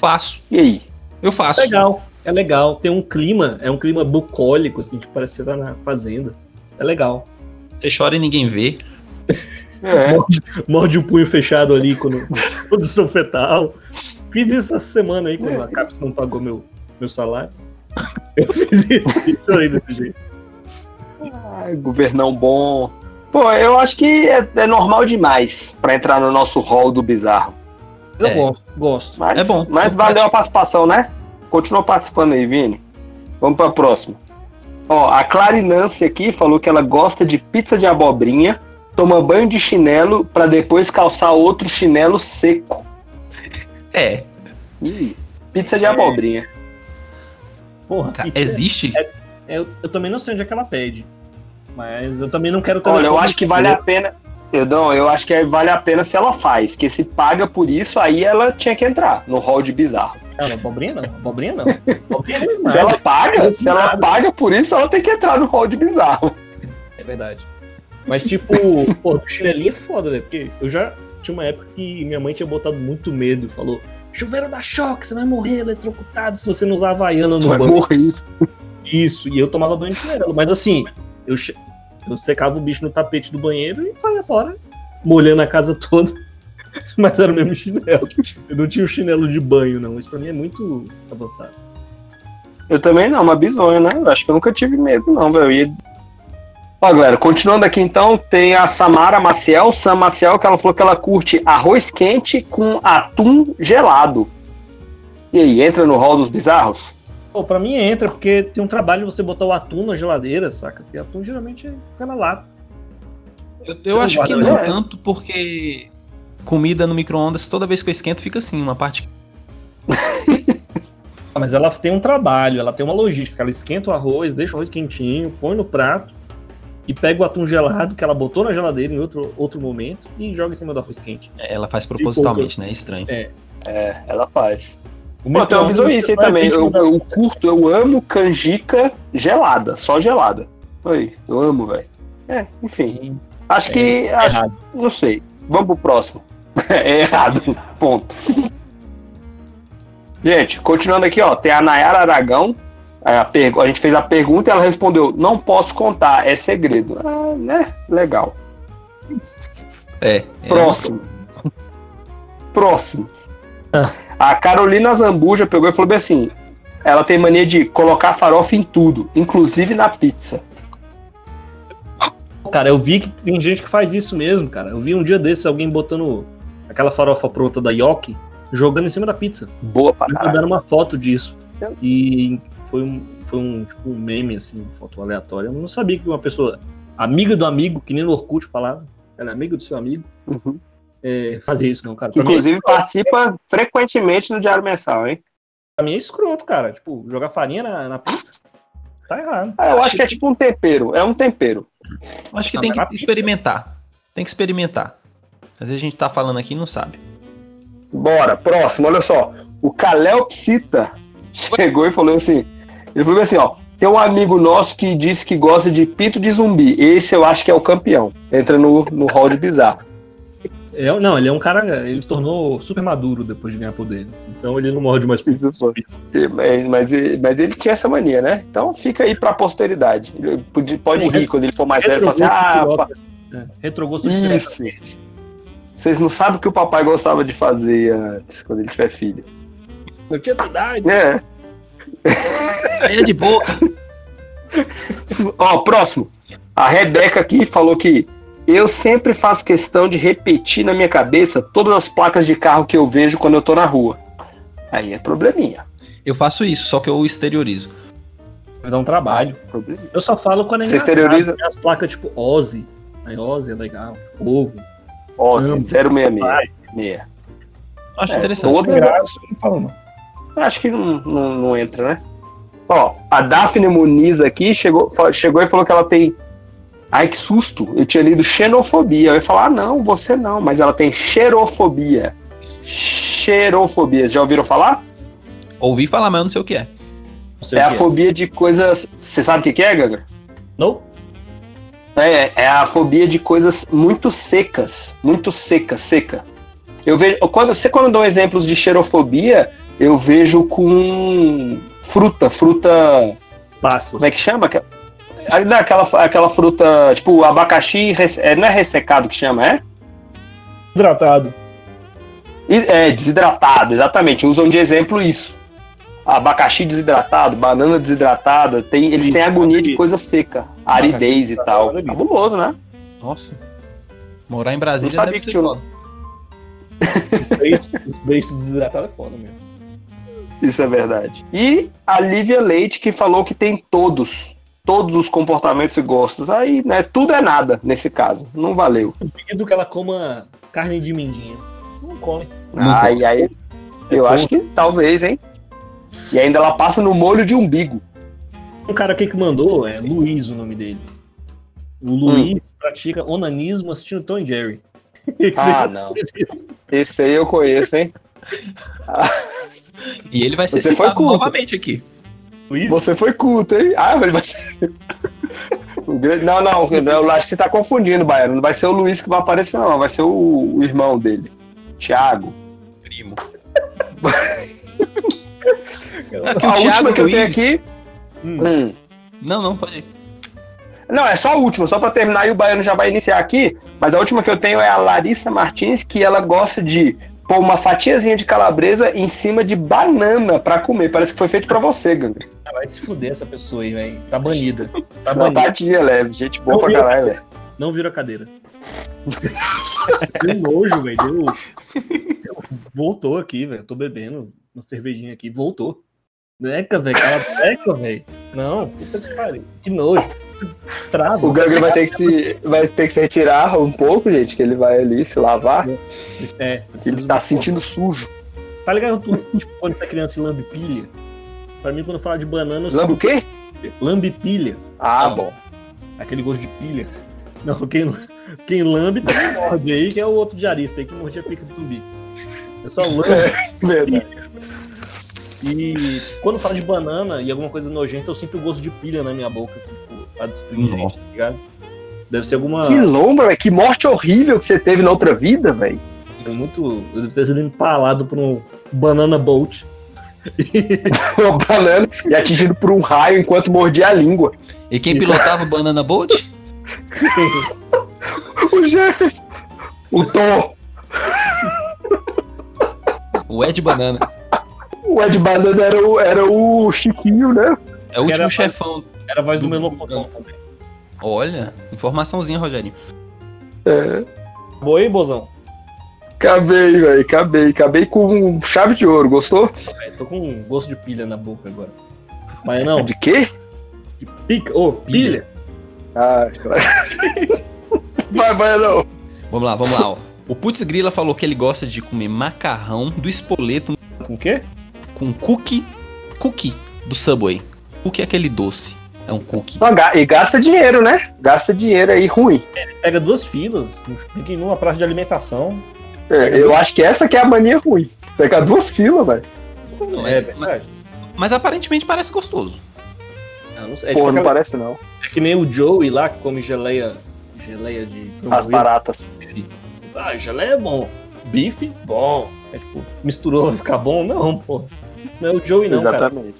C: Faço.
B: E aí?
C: Eu faço.
A: É legal, é legal. Tem um clima, é um clima bucólico, assim, tipo, parece que você tá na fazenda. É legal.
C: Você chora e ninguém vê.
B: É.
A: Morde o punho fechado ali quando produção fetal. Fiz isso essa semana aí, quando
B: É.
A: a CAPS não pagou meu, meu salário. Eu fiz isso e chorei desse jeito.
B: Ai, governão bom. Pô, eu acho que é, é normal demais para entrar no nosso hall do bizarro.
A: Mas eu
C: É.
A: gosto, gosto.
B: Mas,
C: É bom.
B: Mas valeu a participação, né? Continua participando aí, Vini. Vamos pra próxima. Ó, a Clarinance aqui falou que ela gosta de pizza de abobrinha, toma banho de chinelo pra depois calçar outro chinelo seco.
C: É.
B: Ih, pizza de abobrinha.
A: Porra,
C: Ca-
A: pizza-
C: Existe?
A: é eu, eu também não sei onde é que ela pede. Mas eu também não quero
B: Olha, eu
A: telefone
B: acho que vale a pena. Eu não, eu acho que vale a pena se ela faz, que se paga por isso, aí ela tinha que entrar no hall de bizarro.
A: Não, não, é abobrinha não. Abobrinha não. Abobrinha não é
B: Se
A: nada.
B: ela paga,
A: nada.
B: se ela paga por isso, ela tem que entrar no hall de bizarro.
A: É verdade. Mas, tipo, pô, chinelinha é foda, né? Porque eu já tinha uma época que minha mãe tinha botado muito medo. Falou: chuveiro dá choque, você vai morrer eletrocutado se você não usar havaiana no
B: Vai
A: banho.
B: morrer.
A: Isso, e eu tomava banho de chinelo. Mas, assim, eu, che- eu secava o bicho no tapete do banheiro e saía fora, molhando a casa toda. Mas era o mesmo chinelo. Eu não tinha o chinelo de banho, não. Isso pra mim é muito avançado.
B: Eu também não, uma bizonha, né? Eu acho que eu nunca tive medo, não, velho. E... Ó, galera, continuando aqui então, tem a Samara Maciel, Sam Maciel, que ela falou que ela curte arroz quente com atum gelado. E aí, entra no hall dos bizarros?
A: Pô, pra mim entra, porque tem um trabalho você botar o atum na geladeira, saca? Porque atum geralmente é, fica na lata.
C: Eu,
A: não é.
C: eu acho que
A: guarda,
C: não
B: né?
C: tanto, porque comida no micro-ondas, toda vez que eu esquento, fica assim, uma parte.
A: Ah, Mas ela tem um trabalho, ela tem uma logística. Ela esquenta o arroz, deixa o arroz quentinho, põe no prato. e pega o atum gelado que ela botou na geladeira em outro, outro momento e joga em cima do arroz quente.
C: Ela faz propositalmente, né? É estranho.
B: É, ela faz.
A: O
B: Pô, tem uma visão isso aí
A: vai
B: também. Eu,
A: 20 da-
B: eu curto, eu amo canjica gelada, só gelada. Oi, eu amo, velho. É, enfim. Acho que. acho-
A: É, errado.
B: não sei. Vamos pro próximo. é errado. Ponto. Gente, continuando aqui, ó. Tem a Nayara Aragão. A, pergu- a gente fez a pergunta e ela respondeu: Não posso contar, é segredo. Ah, né? Legal.
C: É. é.
B: Próximo. Próximo. A Carolina Zambuja pegou e falou bem assim: ela tem mania de colocar farofa em tudo, inclusive na pizza.
A: Cara, eu vi que tem gente que faz isso mesmo, cara. Eu vi um dia desses alguém botando aquela farofa pronta da Yoki jogando em cima da pizza.
B: Boa pra
A: Me
B: caralho.
A: mandaram uma foto disso. E foi um, foi um, tipo, um meme, assim, uma foto aleatória. Eu não sabia que uma pessoa, amiga do amigo, que nem no Orkut falava, ela é amiga do seu amigo,
B: Uhum.
A: é, fazia isso, não, cara. Pra mim, é-
B: Inclusive participa frequentemente no Diário Mensal, hein?
A: pra mim é escroto, cara. Tipo, jogar farinha na, na pizza tá errado.
B: Ah, eu acho que é tipo um tempero. É um tempero.
C: Eu Acho que
A: Ah,
C: tem
A: mas
C: que
A: na pizza?
C: experimentar. Tem que experimentar. Às vezes a gente tá falando aqui e não sabe.
B: Bora, próximo, olha só. O Kalel Psita chegou e falou assim: ele falou assim, ó. Tem um amigo nosso que disse que gosta de pito de zumbi. Esse eu acho que é o campeão. Entra no, no hall de bizarro.
A: É, não, ele é um cara. Ele se tornou super maduro depois de ganhar poderes. Então ele não morde mais
B: Isso foi. E- Mas, mas ele- mas ele tinha essa mania, né? Então fica aí pra posteridade. Ele pode pode
A: Um
B: rir
A: retro-
B: quando ele for mais velho e falar assim: ah, pa-
A: é, retrogosto de pirota.
B: isso. Vocês não sabem o que o papai gostava de fazer antes, quando ele tiver filho. Hum.
A: Eu tinha tua idade.
B: É.
C: É de boa.
B: Ó, próximo. A Rebeca aqui falou que eu sempre faço questão de repetir na minha cabeça todas as placas de carro que eu vejo quando eu tô na rua. Aí é probleminha.
C: Eu faço isso, só que eu exteriorizo.
A: Vai dar um trabalho.
B: Probleminha.
A: Eu só falo quando é
B: Você
A: engraçado.
B: exterioriza?
A: Tem As placas tipo Ozzy. Aí Ozzy é legal. tipo, Ovo.
B: Ó,
A: Não.
B: 066.
A: Vai.
B: Meia.
C: Acho
B: É,
C: interessante.
B: todo-
A: Graça, não falo não.
B: Acho que não, não, não entra, né? Ó, a Daphne Muniz aqui chegou, fa- chegou e falou que ela tem. Ai, que susto! Eu tinha lido xenofobia. Eu ia falar, ah, não, você não, mas ela tem xerofobia. Xerofobia, já ouviram falar?
C: Ouvi falar, mas eu não sei o que é.
A: Não sei
B: é
A: o
B: a
A: que
B: fobia de coisas. Você sabe o que, que é, Gaga?
A: Não?
B: É, é a fobia de coisas muito secas. Muito seca, seca. Eu vejo. Quando, você quando dão exemplos de xerofobia, eu vejo com fruta, fruta.
A: Passas.
B: Como é que chama? Aquela- Ah, não, Aquela, aquela fruta, tipo, abacaxi, res- é, não é ressecado que chama, é?
A: Hidratado.
B: E- É, desidratado, exatamente. Usam de exemplo isso. Abacaxi desidratado, banana desidratada, tem, eles
A: Isso, é
B: têm agonia de
A: delícia.
B: coisa seca, aridez e tal.
A: delícia.
B: Cabuloso, né?
C: Nossa. Morar em Brasília
B: Não sabia que
C: deve ser
B: tinha um-
C: foda.
A: Beijo, beijo desidratado é foda mesmo.
B: Isso é verdade. E a Lívia Leite, que falou que tem todos, todos os comportamentos e gostos. Aí, né, tudo é nada nesse caso. Não valeu.
A: Duvido que ela coma carne de mindinha. Não come.
C: Não
B: Aí, aí, eu
A: É
B: acho que talvez, hein? E ainda ela passa no molho de umbigo.
A: Um cara aqui que mandou é Luiz o nome dele. O Luiz
B: Hum.
A: pratica onanismo assistindo Tom e Jerry.
B: Ah, não. Esse aí eu conheço, hein?
C: E ele vai ser
B: Você foi
C: citado
B: culto.
C: novamente aqui.
A: Luiz?
B: Você foi culto, hein? Ah, ele vai ser. O grande- Não, não, eu acho que você tá confundindo, Baiano. Não vai ser o Luiz que vai aparecer, não. Vai ser o, o irmão dele, Thiago.
C: Primo.
A: Cara,
C: Que o
B: a
C: Thiago
B: última que eu tenho
C: Luiz.
B: aqui.
A: Hum.
B: Hum.
C: Não, não, pode ir.
B: Não, é só a última, só pra terminar e o Baiano já vai iniciar aqui. Mas a última que eu tenho é a Larissa Martins, que ela gosta de pôr uma fatiazinha de calabresa em cima de banana pra comer. Parece que foi feito pra você, Ganga.
A: Vai se fuder essa pessoa aí, velho. Tá banida. Tá
B: Não,
A: banida.
B: tadinha, leve. Gente boa
A: Eu
B: pra
A: vi.
B: caralho, né? velho.
A: Não vira a cadeira. Deu nojo, velho. Deu... deu- Voltou aqui, velho. Tô bebendo uma cervejinha aqui. Voltou. Neca, velho. Cala a beca, velho. Não, puta que pariu. Que nojo. Trava.
B: O Ganga vai ter, que se, vai ter que se retirar um pouco, gente, que ele vai ali se lavar.
A: É,
B: que Ele
A: preciso-
B: tá sentindo sujo.
A: Tá ligado? Tu, tipo, quando essa criança lambe pilha. Pra mim, quando eu falar de banana, eu
B: Lembra o quê?
A: lambe pilha.
B: Ah, bom.
A: Aquele gosto de pilha. Não, quem, quem lambe também morde aí, que é o outro diarista aí que mordia a pica do zumbi. Eu só lambe.
B: Verdade.
A: E quando fala de banana e alguma coisa nojenta, eu sinto o gosto de pilha na minha boca, assim, tipo, tá
C: Nossa.
A: destringente, tá ligado? Deve ser alguma.
B: Que lombra, velho. Que morte horrível que você teve na outra vida, velho.
A: É muito. Eu devo ter sido empalado por um banana bolt.
B: Uma banana e atingido por um raio enquanto mordia a língua.
C: E quem pilotava o Banana Boat?
B: O Jefferson. O Tom.
C: O Ed Banana.
B: O Ed Banana era o, era o Chiquinho, né?
C: É o último
A: Era-
C: chefão.
A: Era a voz do
C: Do-
A: Melocotão também.
C: Olha, informaçãozinha, Rogério.
B: É.
A: Boa aí, Bozão?
B: Acabei, velho. Acabei. Acabei com chave de ouro. Gostou?
A: É, tô com um gosto de pilha na boca agora. Mas não,
B: De quê?
A: de pica. Ô, pilha!
B: Ah, claro. Vai, vai, não.
C: Vamos lá, vamos lá, ó. O Putz Grila falou que ele gosta de comer macarrão do espoleto
A: Com o quê?
C: com cookie. Cookie do Subway. Cookie é aquele doce. É um cookie.
B: Não, ga- E gasta dinheiro, né? Gasta dinheiro aí ruim.
A: Pega duas filas, fica em uma praça de alimentação.
B: É, eu acho que essa que é a mania ruim. Pegar duas filas, velho.
C: Não,
A: é,
C: é-
A: verdade.
C: Mas aparentemente parece gostoso.
A: Não, não sei. É, tipo
B: Porra, não
A: aquela-
B: parece não.
A: é que nem o Joey lá que come geleia. Geleia de frango
B: As
A: moído.
B: baratas.
A: Ah, geleia é bom. Bife, bom. É tipo, misturou, vai ficar bom? Não, pô. Não é o Joey, não, cara.
B: Exatamente.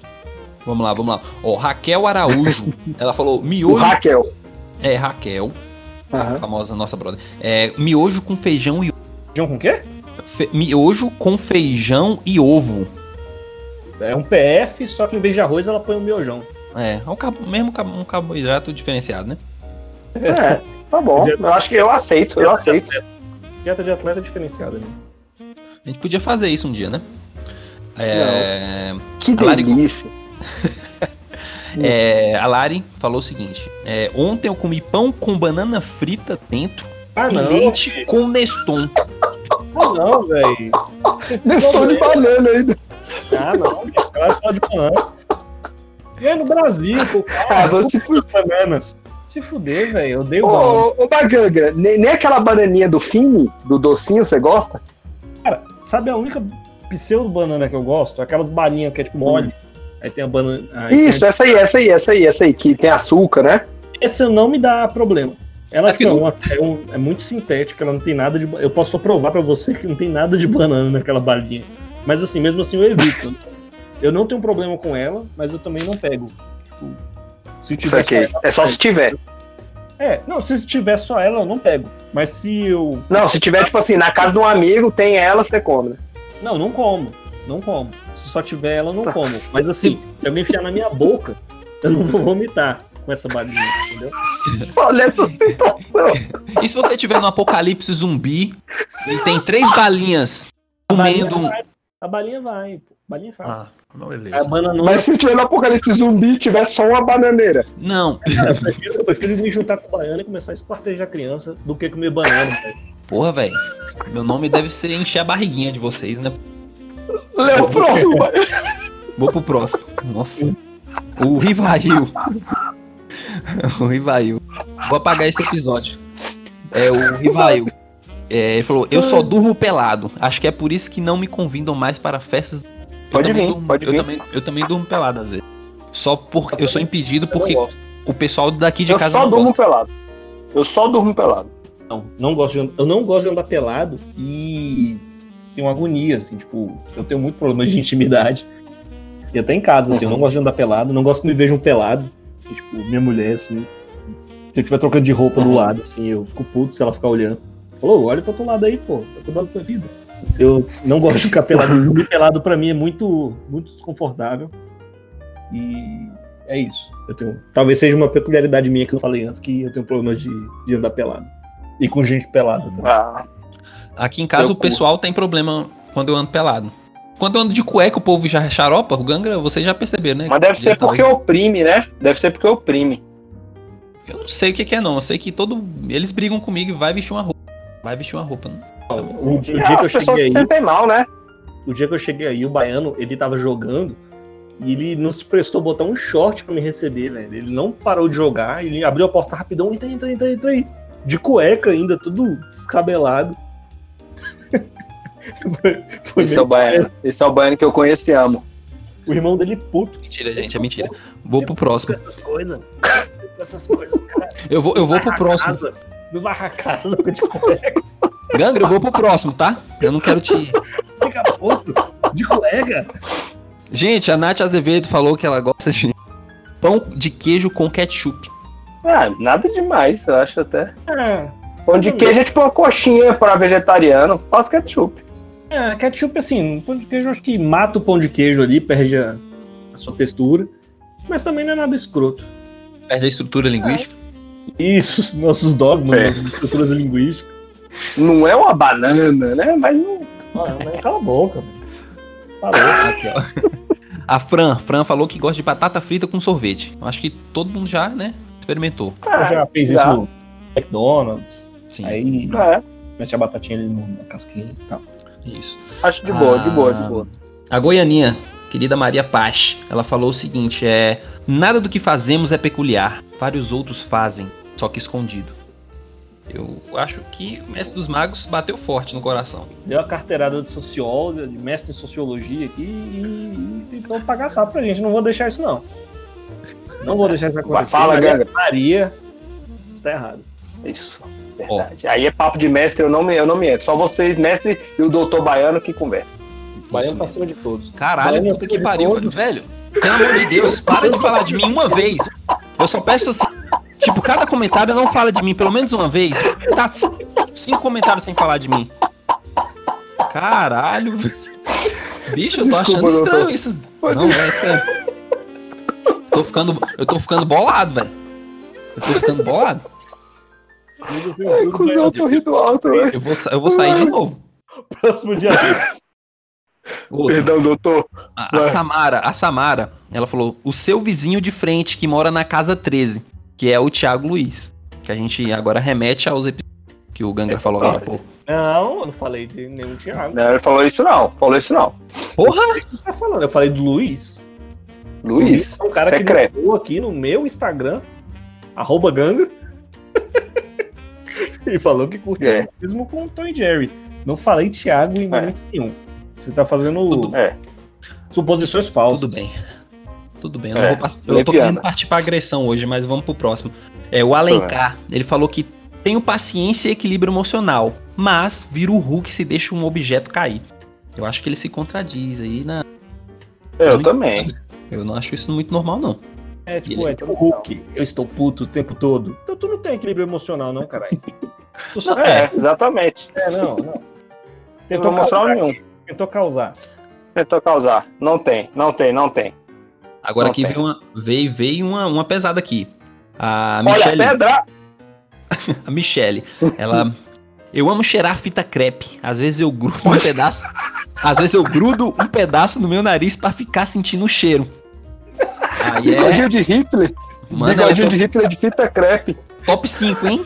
C: Vamos lá, vamos lá. Ó, Raquel Araújo. ela falou
B: O
C: miojo.
B: Raquel.
C: É, Raquel,
B: Aham.
C: famosa nossa brother. É, miojo com feijão e.
A: Feijão com o quê?
C: fe- miojo com feijão e ovo.
A: É um PF, só que em vez de arroz ela põe um miojão.
C: É, é um carbo- mesmo carbo- um carboidrato diferenciado, né?
B: É, tá bom. Eu acho que eu aceito, eu aceito.
A: Dieta de atleta é diferenciada, né?
C: A gente podia fazer isso um dia, né? É,
B: Que
C: Lari-
B: delícia.
C: é, a Lari falou o seguinte: é, Ontem eu comi pão com banana frita dentro
A: Ah,
C: e
A: não.
C: leite com Neston.
A: Ah, não, velho.
B: Nestor de banana ainda.
A: Ah, não. velho. Ela só de banana. E é no Brasil, pô.
B: Ah, você foi.
A: bananas. Se fuder, velho. Eu dei o banana.
B: Ô, ô, ô Baganga, ne- nem aquela bananinha do Fini, do docinho, você gosta?
A: Sabe a única pseudo-banana que eu gosto? Aquelas balinhas que é tipo mole. Aí tem a
C: Ah,
A: banana. aí
B: Hum. Isso, essa aí, essa aí, essa aí, essa aí, que tem açúcar, né?
A: tem- Essa não me dá problema. Ela
C: É porque
A: tipo, é, uma- é um- é muito sintética, ela não tem nada de. ba- Eu posso só provar pra você que não tem nada de banana naquela balinha. Mas assim, mesmo assim eu evito. eu não tenho problema com ela, mas eu também não pego. Tipo, se tiver só
B: Saquei. É só se tiver.
A: É, não, se tiver só ela, eu não pego. Mas se eu.
B: Não, se tiver, tipo assim, na casa de um amigo, tem ela, você come. né?
A: Não, não como. Não como. Se só tiver ela, eu não como. Mas assim, se alguém enfiar na minha boca, eu não vou vomitar com essa balinha, entendeu?
B: Olha essa situação.
C: E se você tiver no apocalipse zumbi e tem três balinhas comendo. um-
A: vai, a balinha vai, pô. A balinha faz.
C: Ah, não,
A: a
C: beleza.
A: banana
B: Mas se tiver no apocalipse zumbi, tiver só uma bananeira.
C: Não,
A: eu, prefiro, eu prefiro me juntar com a baiana e começar a esquartejar criança do que comer banana. velho.
C: porra, velho. Meu nome deve ser encher a barriguinha de vocês, né?
B: Léo, próximo. vai.
C: Vou pro próximo. Nossa. O Rivail. O Rivail. Vou apagar esse episódio. É o Rivail. É, ele falou: Eu
B: Ah.
C: só durmo pelado. Acho que é por isso que não me convidam mais para festas. Eu
B: Pode
C: também
B: vir,
C: durmo-
B: pode
C: eu
B: vir.
C: Também, eu também durmo pelado às vezes. Só porque eu sou impedido
A: Eu não
C: porque
A: gosto.
C: o pessoal daqui de
B: Eu
C: casa
B: só
C: não
B: durmo
C: gosta.
B: pelado. Eu só durmo pelado.
A: Não, não gosto de, and- eu não gosto de andar pelado e tenho uma agonia, assim, tipo, eu tenho muito problema de intimidade. E até em casa, assim, eu não gosto de andar pelado, não gosto que me vejam pelado. E, tipo, minha mulher, assim, se eu estiver trocando de roupa do
B: Uhum.
A: lado, assim, eu fico puto se ela ficar olhando. Falou, olha pro outro lado aí, pô, tá cuidando da tua vida. Eu não gosto de ficar pelado. Dormir pelado pra mim é muito, muito desconfortável. E é isso. Eu tenho, talvez seja uma peculiaridade minha que eu falei antes, que eu tenho problema de, de andar pelado. E com gente pelada também.
B: Ah,
C: Aqui em casa
B: Eu
C: o pessoal tem problema quando eu ando pelado. Quando eu ando de cueca, o povo já xaropa, o gangra, vocês já perceberam, né?
B: mas deve ser
C: Já tava-
B: porque oprime, né? Deve ser porque oprime.
C: Eu não sei o que, que é, não. Eu sei que todo. Eles brigam comigo e vai vestir uma roupa. Vai vestir uma roupa. né?
A: O, o dia
B: Ah,
A: que eu
B: as pessoas
A: cheguei
B: se
A: aí,
B: sentem mal, né?
A: o dia que eu cheguei aí, o baiano, ele tava jogando E ele nos prestou botar um short pra me receber, velho. Ele não parou de jogar, ele abriu a porta rapidão, entra, entra, entra, entra aí. De cueca ainda, tudo descabelado. Foi- foi
B: Esse é
A: meio
B: o baiano. Esse é o baiano que eu conheço e amo.
A: O irmão dele puto
C: Mentira, gente, é mentira. Vou pro próximo.
A: essas coisas. Com essas coisas. cara.
C: Eu vou, eu vou pro
A: Varra
C: próximo.
A: casa. Não varra a casa de cueca.
C: Gangra, eu vou pro próximo, tá? Eu não quero te.
A: Fica puto. De cueca.
C: Gente, a Nath Azevedo falou que ela gosta de pão de queijo com ketchup.
B: Ah, nada demais, eu acho até.
A: Ah,
B: Pão de queijo é tipo uma coxinha pra vegetariano. Faço ketchup.
A: É, ketchup, assim, pão de queijo eu acho que mata o pão de queijo ali, perde a, a sua textura. Mas também não é nada escroto.
C: Perde a estrutura linguística.
A: Isso, os nossos dogmas,
B: É.
A: nossas estruturas linguísticas.
B: Não é uma banana, né? Mas não.
A: Ah, mas cala a boca, velho. Falou.
C: Aqui, ó. A Fran, Fran falou que gosta de batata frita com sorvete. Eu Acho que todo mundo já, né? Experimentou.
A: Você já fez
B: já.
A: isso no McDonald's,
C: Sim.
A: aí
B: É,
A: mete a batatinha ali no- na casquinha e tal.
C: Isso.
B: acho de boa, de boa,
C: Ah,
B: de boa.
C: A Goianinha, querida Maria Paz, ela falou o seguinte: é nada do que fazemos é peculiar. Vários outros fazem, só que escondido. Eu acho que o mestre dos magos bateu forte no coração.
A: Deu a carteirada de socióloga, de mestre em sociologia aqui e, e tentou pagar sapo pra gente. Não vou deixar isso, não. Não vou deixar isso acontecer.
B: fala,
A: Maria
B: Gaga.
A: Maria, isso tá errado.
B: Isso. Verdade. Aí é papo de mestre, eu não me, eu não me entro. Só vocês, mestre e o doutor baiano, que conversam.
A: Baiano
C: Isso
A: tá
C: mesmo.
A: acima de todos.
C: Caralho,
A: Baiano
C: puta que
A: acima de
C: pariu,
A: todos.
C: velho. Pelo amor de Deus, para de falar de mim uma vez. Eu só peço assim. Tipo, cada comentário não fala de mim pelo menos uma vez. Tá cinco- cinco comentários sem falar de mim. Caralho. Bicho, eu tô
B: Desculpa,
C: achando
B: doutor.
C: estranho isso. Não, é sério. Tô ficando, eu tô ficando bolado, velho. Eu tô ficando bolado.
A: Mas, assim,
B: Ai,
A: tudo
B: cuzão, É,
A: bem.
B: eu tô rindo alto, né?
C: Eu vou, sa- eu vou sair de novo.
A: Próximo dia.
C: Ô,
B: Perdão, doutor.
C: A, a
B: Vai.
C: Samara, a Samara, ela falou: o seu vizinho de frente que mora na casa 13, que é o Thiago Luiz. Que a gente agora remete aos episódios que o Gangra falou agora há pouco.
A: Não, eu não falei de nenhum Thiago.
B: Não, ele falou isso não, falou isso não.
C: Porra!
A: Não tá falando. Eu falei do Luiz.
B: Luiz,
A: É um cara
B: secreto.
A: que botou aqui no meu Instagram, arroba ganga, e falou que curtiu
B: É.
A: o mesmo com o Tom e Jerry. Não falei Thiago em momento nenhum. Você tá fazendo
C: Tudo-
B: é.
A: suposições
C: Tudo
A: falsas.
C: bem. Tudo bem, eu, não
B: É,
C: vou pass- eu tô
B: leviana.
C: querendo partir pra agressão hoje, mas vamos pro próximo. É, o Alencar, ele falou que tenho paciência e equilíbrio emocional, mas vira o Hulk se deixa um objeto cair. Eu acho que ele se contradiz aí na.
A: Uhum.
B: Eu também.
C: Eu não acho isso muito normal, não.
A: É tipo,
C: Ele-
A: é tipo o Hulk. Eu estou puto o tempo todo. Então tu não tem equilíbrio emocional, não, caralho. Tu só
C: Não,
A: é,
B: É, exatamente.
A: não, não.
B: Não tô
A: Tentou
B: emocional
A: causar,
B: nenhum.
A: tentou causar.
B: Tentou causar. Não tem, não tem, não tem.
C: Agora
B: Não
C: aqui
B: tem.
C: veio, uma, veio, veio uma, uma pesada aqui. A
B: Olha a
C: Michelle,
B: pedra!
C: a Michelle, ela. Eu amo cheirar fita crepe. Às vezes eu grudo um pedaço. Às vezes eu grudo um pedaço no meu nariz pra ficar sentindo o cheiro. Aí é.
B: Bigodinho de Hitler!
C: Mano, ela é
B: Bigodinho
C: top,
B: de Hitler de fita crepe.
C: top 5, hein?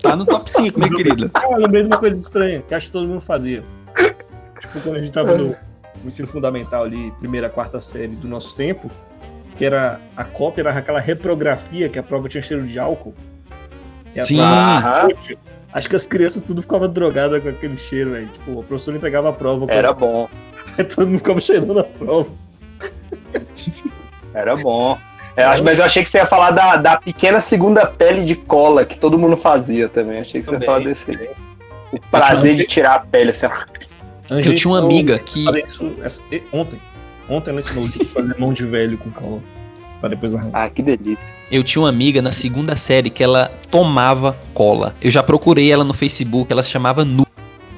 C: Tá no top 5, minha querida.
A: Ah, eu lembrei de uma coisa estranha, que acho que todo mundo fazia. Tipo, quando a gente tava no, no ensino fundamental ali, primeira, quarta série do nosso tempo, que era a cópia, era aquela reprografia que a prova tinha cheiro de álcool. E a
C: Sim.
A: prova-
B: Aham.
A: Acho que as crianças tudo ficava drogada com aquele cheiro, velho. Tipo, a professora entregava a prova,
B: Era bom,
A: É todo mundo ficava cheirando a prova.
B: era bom. Eu acho- mas eu achei que você ia falar da, da pequena segunda pele de cola que todo mundo fazia também. Achei que você ia
A: Também.
B: falar desse. O prazer de tirar a pele, assim, ó.
C: Eu tinha
A: Angelina
C: uma amiga que.
A: falei isso essa- e- ontem. Ontem ela ensinou de fazer mão de velho com calor. Pra depois arrancar.
B: Ah, que delícia.
C: Eu tinha uma amiga na segunda série que ela tomava cola. Eu já procurei ela no Facebook, ela se chamava Nu.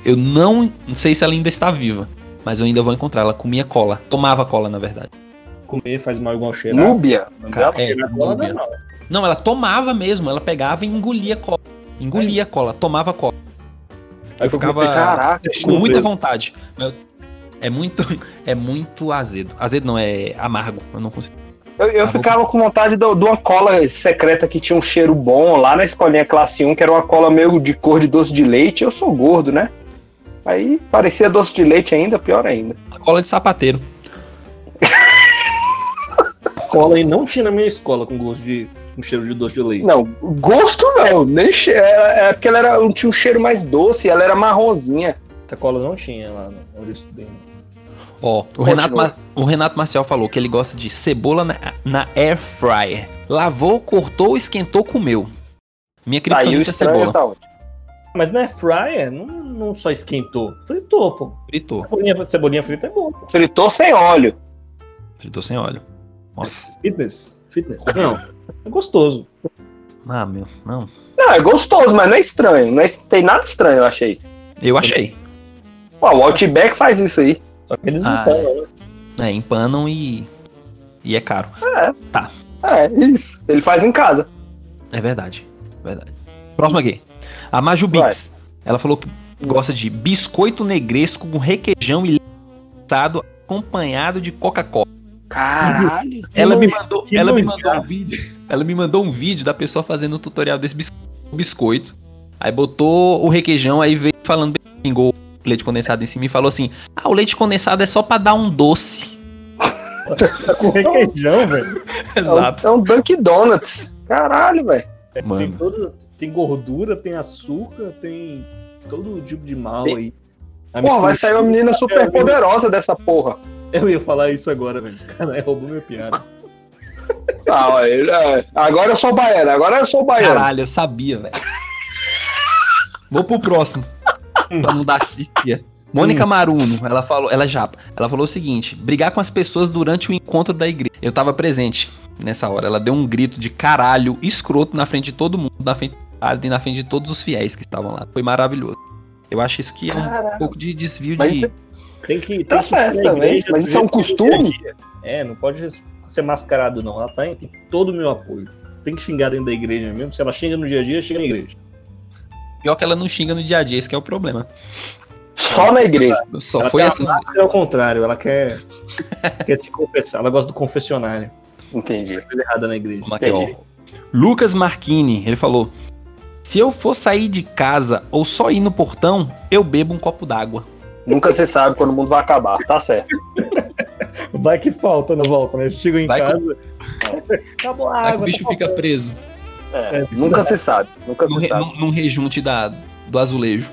C: Eu não, não sei se ela ainda está viva, mas eu ainda vou encontrar. Ela comia cola, tomava cola, na verdade.
A: Comer faz mal igual cheirar.
B: Núbia?
C: Cara, é,
A: Cheirar cola dá
C: Núbia.
A: mal.
C: Não, ela tomava mesmo, ela pegava e engolia cola. Engolia cola, tomava cola.
A: Aí
C: Eu ficava
A: Ah,
B: Caraca,
C: com muita vontade. mas eu- É muito, é muito azedo. Azedo não, é amargo. Eu não consigo.
B: Eu, eu ficava com vontade de, de uma cola secreta que tinha um cheiro bom lá na escolinha classe 1, que era uma cola meio de cor de doce de leite. Eu sou gordo, né? Aí parecia doce de leite ainda, pior ainda.
C: A cola de sapateiro.
A: escola e não tinha na minha escola com gosto de. com cheiro de doce de leite.
B: Não, gosto não. Nem che... era, era porque ela era, tinha um cheiro mais doce, ela era marronzinha.
A: Essa cola não tinha lá né, onde eu estudei.
C: Ó, o Renato, Ma- o Renato Marcial falou que ele gosta de cebola na, na air fryer. Lavou, cortou, esquentou, comeu. Minha
B: Aí o
C: criptonita é
B: estranho
C: cebola.
B: tá ótimo.
A: Mas na air fryer não, não só esquentou, fritou, pô.
C: Fritou.
A: Cebolinha, cebolinha frita é bom, pô.
B: Fritou sem óleo.
C: Fritou sem óleo. Nossa.
A: Fitness, fitness. Não, é gostoso.
C: Ah, meu. Não.
B: Não, é gostoso, mas não é estranho. Não é- tem nada estranho, eu achei.
C: Eu achei.
B: Pô, o Outback faz isso aí.
A: Só que eles não
C: Ah,
A: tão, né?
C: É, empanam e. E é caro.
B: É, isso. Ele faz em casa.
C: É verdade. Verdade. Próximo aqui. A Maju Bix. Ela falou que gosta de biscoito negresco com requeijão e assado acompanhado de Coca-Cola.
B: Caralho.
C: Ela me
A: manjado.
C: mandou,
A: que
C: ela me
A: manjado.
C: mandou um vídeo. Ela me mandou um vídeo da pessoa fazendo um tutorial desse bis- biscoito. Aí botou o requeijão, aí veio falando pingou o leite condensado em cima e falou assim: "Ah, o leite condensado é só pra dar um doce".
A: Tá com requeijão, velho.
B: É um-
C: Exato.
B: É um Dunkin' Donuts. Caralho, velho.
A: É, Tem,
C: Mano.
A: todo, tem gordura, tem açúcar, tem todo tipo de mal
B: Tem-
A: aí. A
B: Pô, vai
A: mistura-
B: sair uma menina super poderosa dessa porra.
A: Eu ia falar isso agora, velho. Cara, roubou minha piada.
B: Ah, ó, ele- é, agora eu sou baiano, agora eu sou baiano.
C: Caralho, eu sabia, velho. Vou pro próximo. pra mudar aqui. Mônica Maruno, ela falou, ela é japa. Ela falou o seguinte: brigar com as pessoas durante o encontro da igreja. Eu tava presente nessa hora. Ela deu um grito de caralho escroto na frente de todo mundo, na frente do padre e na frente de todos os fiéis que estavam lá. Foi maravilhoso. Eu acho isso que é um
B: Caralho.
C: pouco de desvio
B: Mas
C: de.
B: isso
A: Tem que. Tem
B: tá
A: que
B: certo
A: ser
B: também,
A: igreja
B: mas
A: do
B: isso é um
A: jeito que
B: costume?
A: É, não pode ser mascarado, não. Ela tá em- tem todo o meu apoio. Tem que xingar dentro da igreja mesmo. Se ela xinga no dia a dia, xinga na igreja.
C: Pior que ela não xinga no dia a dia, esse que é o problema.
B: Só na igreja.
C: Só
A: ela
C: foi assim.
A: tem
C: essa.
A: uma máscara ao é contrário. Ela quer, quer se confessar. Ela gosta do confessionário.
B: Entendi.
A: Coisa errada na igreja.
C: Vamos aqui, ó.
B: Entendi.
C: Lucas Marquini, ele falou: Se eu for sair de casa ou só ir no portão, eu bebo um copo d'água.
B: Nunca se sabe quando o mundo vai acabar, tá certo.
A: Vai que falta na volta, né? Chegam em
C: Vai que-
A: casa. Acabou a
C: Aí que o
A: água.
C: bicho
A: tá
C: fica
A: faltando.
C: preso
B: É, nunca se sabe, nunca
C: num,
B: se
C: re-
B: sabe.
C: num- num rejunte da, do azulejo.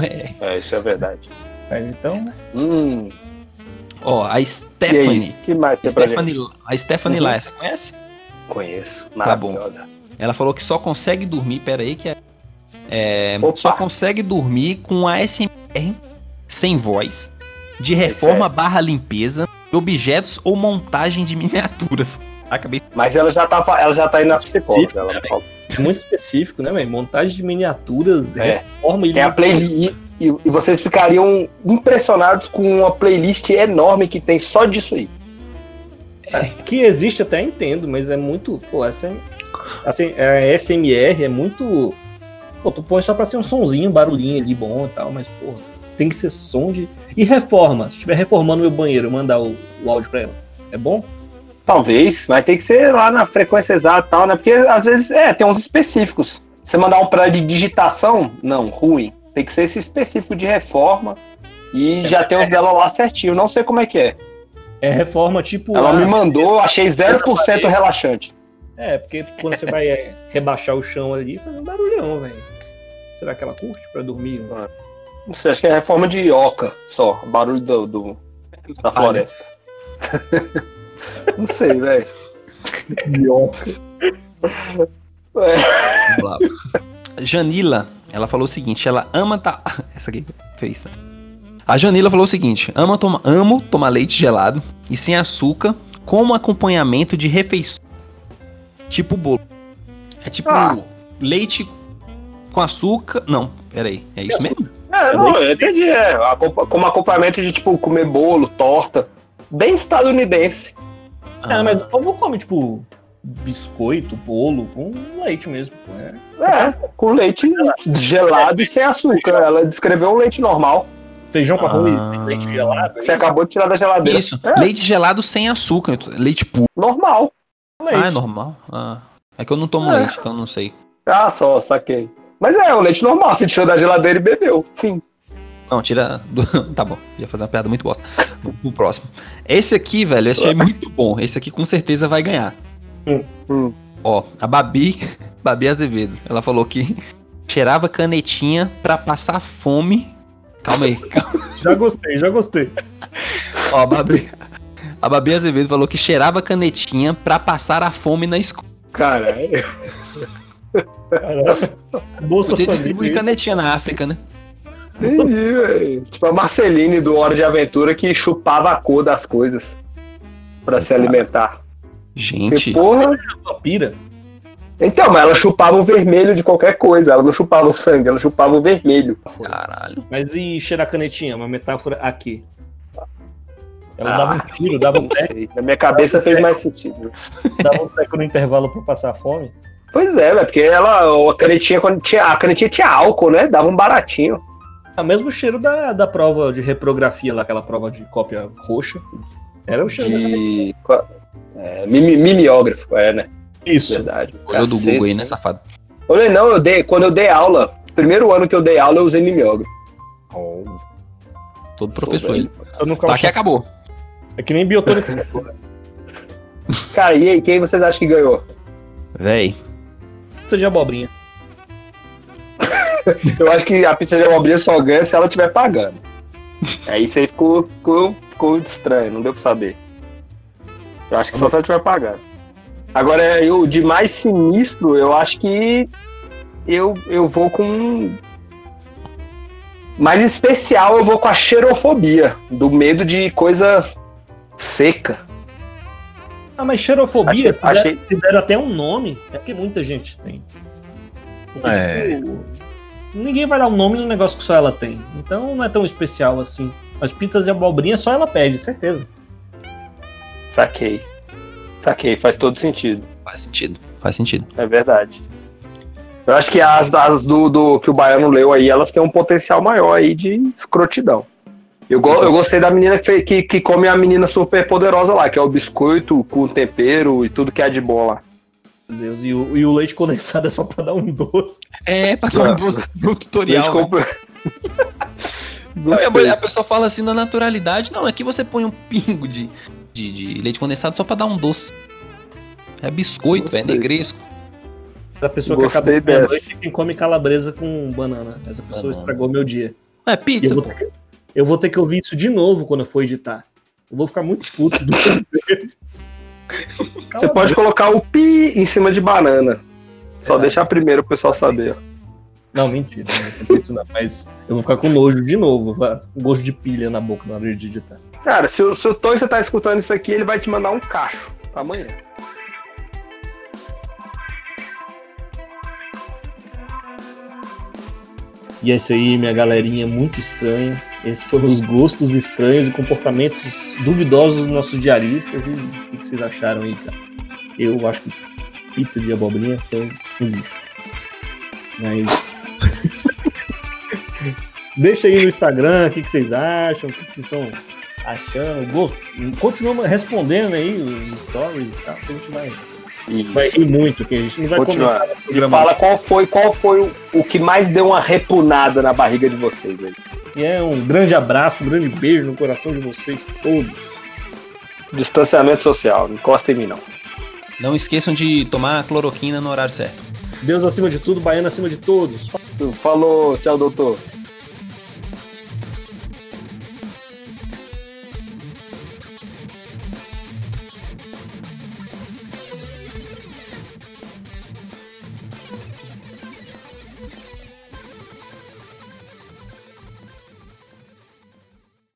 C: É.
B: É, isso é verdade.
A: É, então,
B: Hum,
C: Ó, a
B: e aí,
C: Stephanie.
B: o que mais tem pra gente?
C: Stephanie a Stephanie
B: Uhum.
C: lá, você conhece?
B: Conheço,
C: Tá bom.
B: maravilhosa.
C: Ela falou que só consegue dormir, pera aí que é. é,
B: Opa.
C: só consegue dormir com ASMR sem voz,
B: É
C: de reforma barra limpeza, de objetos ou montagem de miniaturas. Acabei
B: Mas ela já tá, fa- ela já tá indo na psicóloga. Ela falou.
A: muito específico, né, velho? Montagem de miniaturas,
B: É.
A: reforma e
B: Tem a
A: limpeza.
B: playlist. E, e vocês ficariam impressionados com uma playlist enorme que tem só disso aí.
A: Que existe até entendo, mas é muito. Pô, essa assim, é SMR é muito. Pô, tu põe só pra ser um sonzinho, um barulhinho ali bom e tal, mas, pô, tem que ser som de. E reforma. Se estiver reformando meu banheiro, mandar o, o áudio pra ela. É bom?
B: Talvez, mas tem que ser lá na frequência exata e tal, né? Porque às vezes, é, tem uns específicos. Você mandar um pra de digitação, não, ruim. Tem que ser esse específico de reforma. E já tem os dela lá certinho, não sei como é que é.
A: É reforma tipo.
B: Ela
A: ah,
B: me mandou, achei 0% relaxante.
A: É, porque quando você vai é, rebaixar o chão ali, faz um barulhão, velho. Será que ela curte pra dormir?
B: Não sei, acho que é reforma de oca só, barulho do, do- da floresta. não sei, velho. É.
C: Blá, blá. Janila, ela falou o seguinte, ela ama tá essa aqui fez. tá? A Janila falou o seguinte: ama toma, amo tomar leite gelado e sem açúcar como acompanhamento de refeição. Tipo bolo. É tipo
B: Ah.
C: leite com açúcar. Não, peraí. É isso mesmo?
B: É, não, eu entendi. É, acompa- como acompanhamento de, tipo, comer bolo, torta. Bem estadunidense.
A: É,
C: Ah.
A: mas o povo come, tipo, biscoito, bolo, com leite mesmo, pô. É.
B: É, com leite gelado e sem açúcar. Ela descreveu um leite normal.
A: Feijão com arroz,
C: Ah.
A: leite gelado.
B: Você
A: é isso?
B: acabou de tirar da geladeira.
C: Isso,
B: É.
C: leite gelado sem açúcar, leite puro.
B: Normal.
A: Leite.
C: Ah, é normal? Ah, é que eu não tomo
B: É.
C: leite, então não sei.
B: Ah, só, saquei. Mas é, um leite normal. Você tirou da geladeira e bebeu. Sim.
C: Não, tira. do- Tá bom, ia fazer uma piada muito bosta. O próximo. Esse aqui, velho, esse é muito bom. Esse aqui com certeza vai ganhar.
B: Hum.
C: Ó, a Babi, Babi Azevedo, ela falou que cheirava canetinha pra passar fome. Calma aí.
A: Já gostei, já gostei.
C: Ó, a Babi. A Babi Azevedo falou que cheirava canetinha pra passar a fome na escola.
B: Cara, é.
A: Caralho. Bolsa
C: Podia
A: Família.
C: distribuir canetinha na África, né?
B: entendi, velho. Tipo a Marceline do Hora de Aventura que chupava a cor das coisas pra se alimentar. Que
C: Gente,
B: porra.
A: Uma pira.
B: Então, mas ela chupava o vermelho de qualquer coisa. Ela não chupava o sangue, ela chupava o vermelho.
C: caralho.
A: Mas e cheirar canetinha? Uma metáfora aqui. Ela
B: Ah.
A: dava um tiro, dava um
B: Não
A: teco,
B: sei. Na minha cabeça fez mais sentido.
A: dava um teco no intervalo pra passar fome.
B: Pois é, velho, porque ela, a canetinha, quando tinha, a canetinha tinha álcool, né? Dava um baratinho.
A: Ah, mesmo o cheiro da, da prova de reprografia lá, aquela prova de cópia roxa. Era o cheiro da
B: De. É, mimi- mimeógrafo, é, né?
A: Isso.
B: Verdade.
C: Olhou do
B: Cacete.
C: Google aí, né, safado?
B: Olha, não, eu dei, quando eu dei aula, primeiro ano que eu dei aula, eu usei mimeógrafo.
C: Todo professor
B: velho. é?
C: ele.
A: Eu não
C: Tá, aqui acabou.
A: É que nem biotônico.
B: Cara, e aí, quem vocês acham que ganhou?
C: Véi.
A: Pizza de abobrinha.
B: Eu acho que a pizza de abobrinha só ganha se ela estiver pagando. Aí É, isso aí ficou, ficou, ficou estranho, não deu pra saber. Eu acho que só se ela estiver pagando. Agora, é, o de mais sinistro, eu acho que eu, eu vou com. um Mais especial, eu vou com a xerofobia, do medo de coisa seca.
A: Ah, mas xerofobia,
B: Achei-
A: se, der-
B: achei-
A: se deram até um nome, é porque muita gente tem. Porque,
C: É.
A: tipo, ninguém vai dar um nome num negócio que só ela tem. Então não é tão especial assim. As pizzas de abobrinha só ela pede, certeza.
B: Saquei. Saquei, faz todo sentido.
C: Faz sentido. Faz sentido.
B: É verdade. Eu acho que as, as do, do que o Baiano leu aí, elas têm um potencial maior aí de escrotidão. Eu, go- eu gostei da menina que, fe- que, que come a menina super poderosa lá, que é o biscoito com tempero e tudo que é de bom lá.
A: Meu Deus, e o, e o leite condensado é só pra dar um doce.
C: É, passou
B: Ah.
C: um doce no tutorial.
B: Leite
C: né?
B: com-
C: Não, e a,
B: Gostei.
C: mulher- a pessoa fala assim na naturalidade, não, aqui você põe um pingo de, de, de leite condensado só pra dar um doce. É biscoito,
B: Gostei.
C: é negresco.
A: A pessoa que
B: Gostei
A: acabou
B: dessa.
A: a noite quem come calabresa com banana. Essa pessoa
C: Banana.
A: estragou meu dia.
C: Não é
A: E Eu
C: pizza.
A: vou, ter que, eu vou ter que ouvir isso de novo quando eu for editar. Eu vou ficar muito puto duas vezes.
B: Você pode colocar o pi em cima de banana. Só
A: Verdade.
B: deixar primeiro o pessoal saber.
A: Não, mentira. Não vou fazer isso não, mas eu vou ficar com nojo de novo. vou ficar com Gosto de pilha na boca na hora de digitar.
B: Cara, se, o- se o Tony você tá escutando isso aqui, ele vai te mandar um cacho amanhã.
A: E é isso aí, minha galerinha é muito estranha. Esses foram os gostos estranhos e comportamentos duvidosos dos nossos diaristas. E o que que vocês acharam aí, cara? Eu acho que pizza de abobrinha foi um lixo. Mas. Deixa aí no Instagram o que, que vocês acham, o que, que vocês estão achando. Gosto. Continua respondendo aí os stories e tal, que a gente vai,
B: E-
A: vai rir muito, que a gente não vai
B: Continuar.
A: comentar no
B: E
A: programa.
B: fala qual foi, qual foi o, o que mais deu uma repunada na barriga de vocês, velho.
A: E é um grande abraço, um grande beijo no coração de vocês todos.
B: Distanciamento social, não encosta em mim não.
C: Não esqueçam de tomar cloroquina no horário certo.
A: Deus acima de tudo, baiano acima de todos.
B: Falou, tchau, doutor.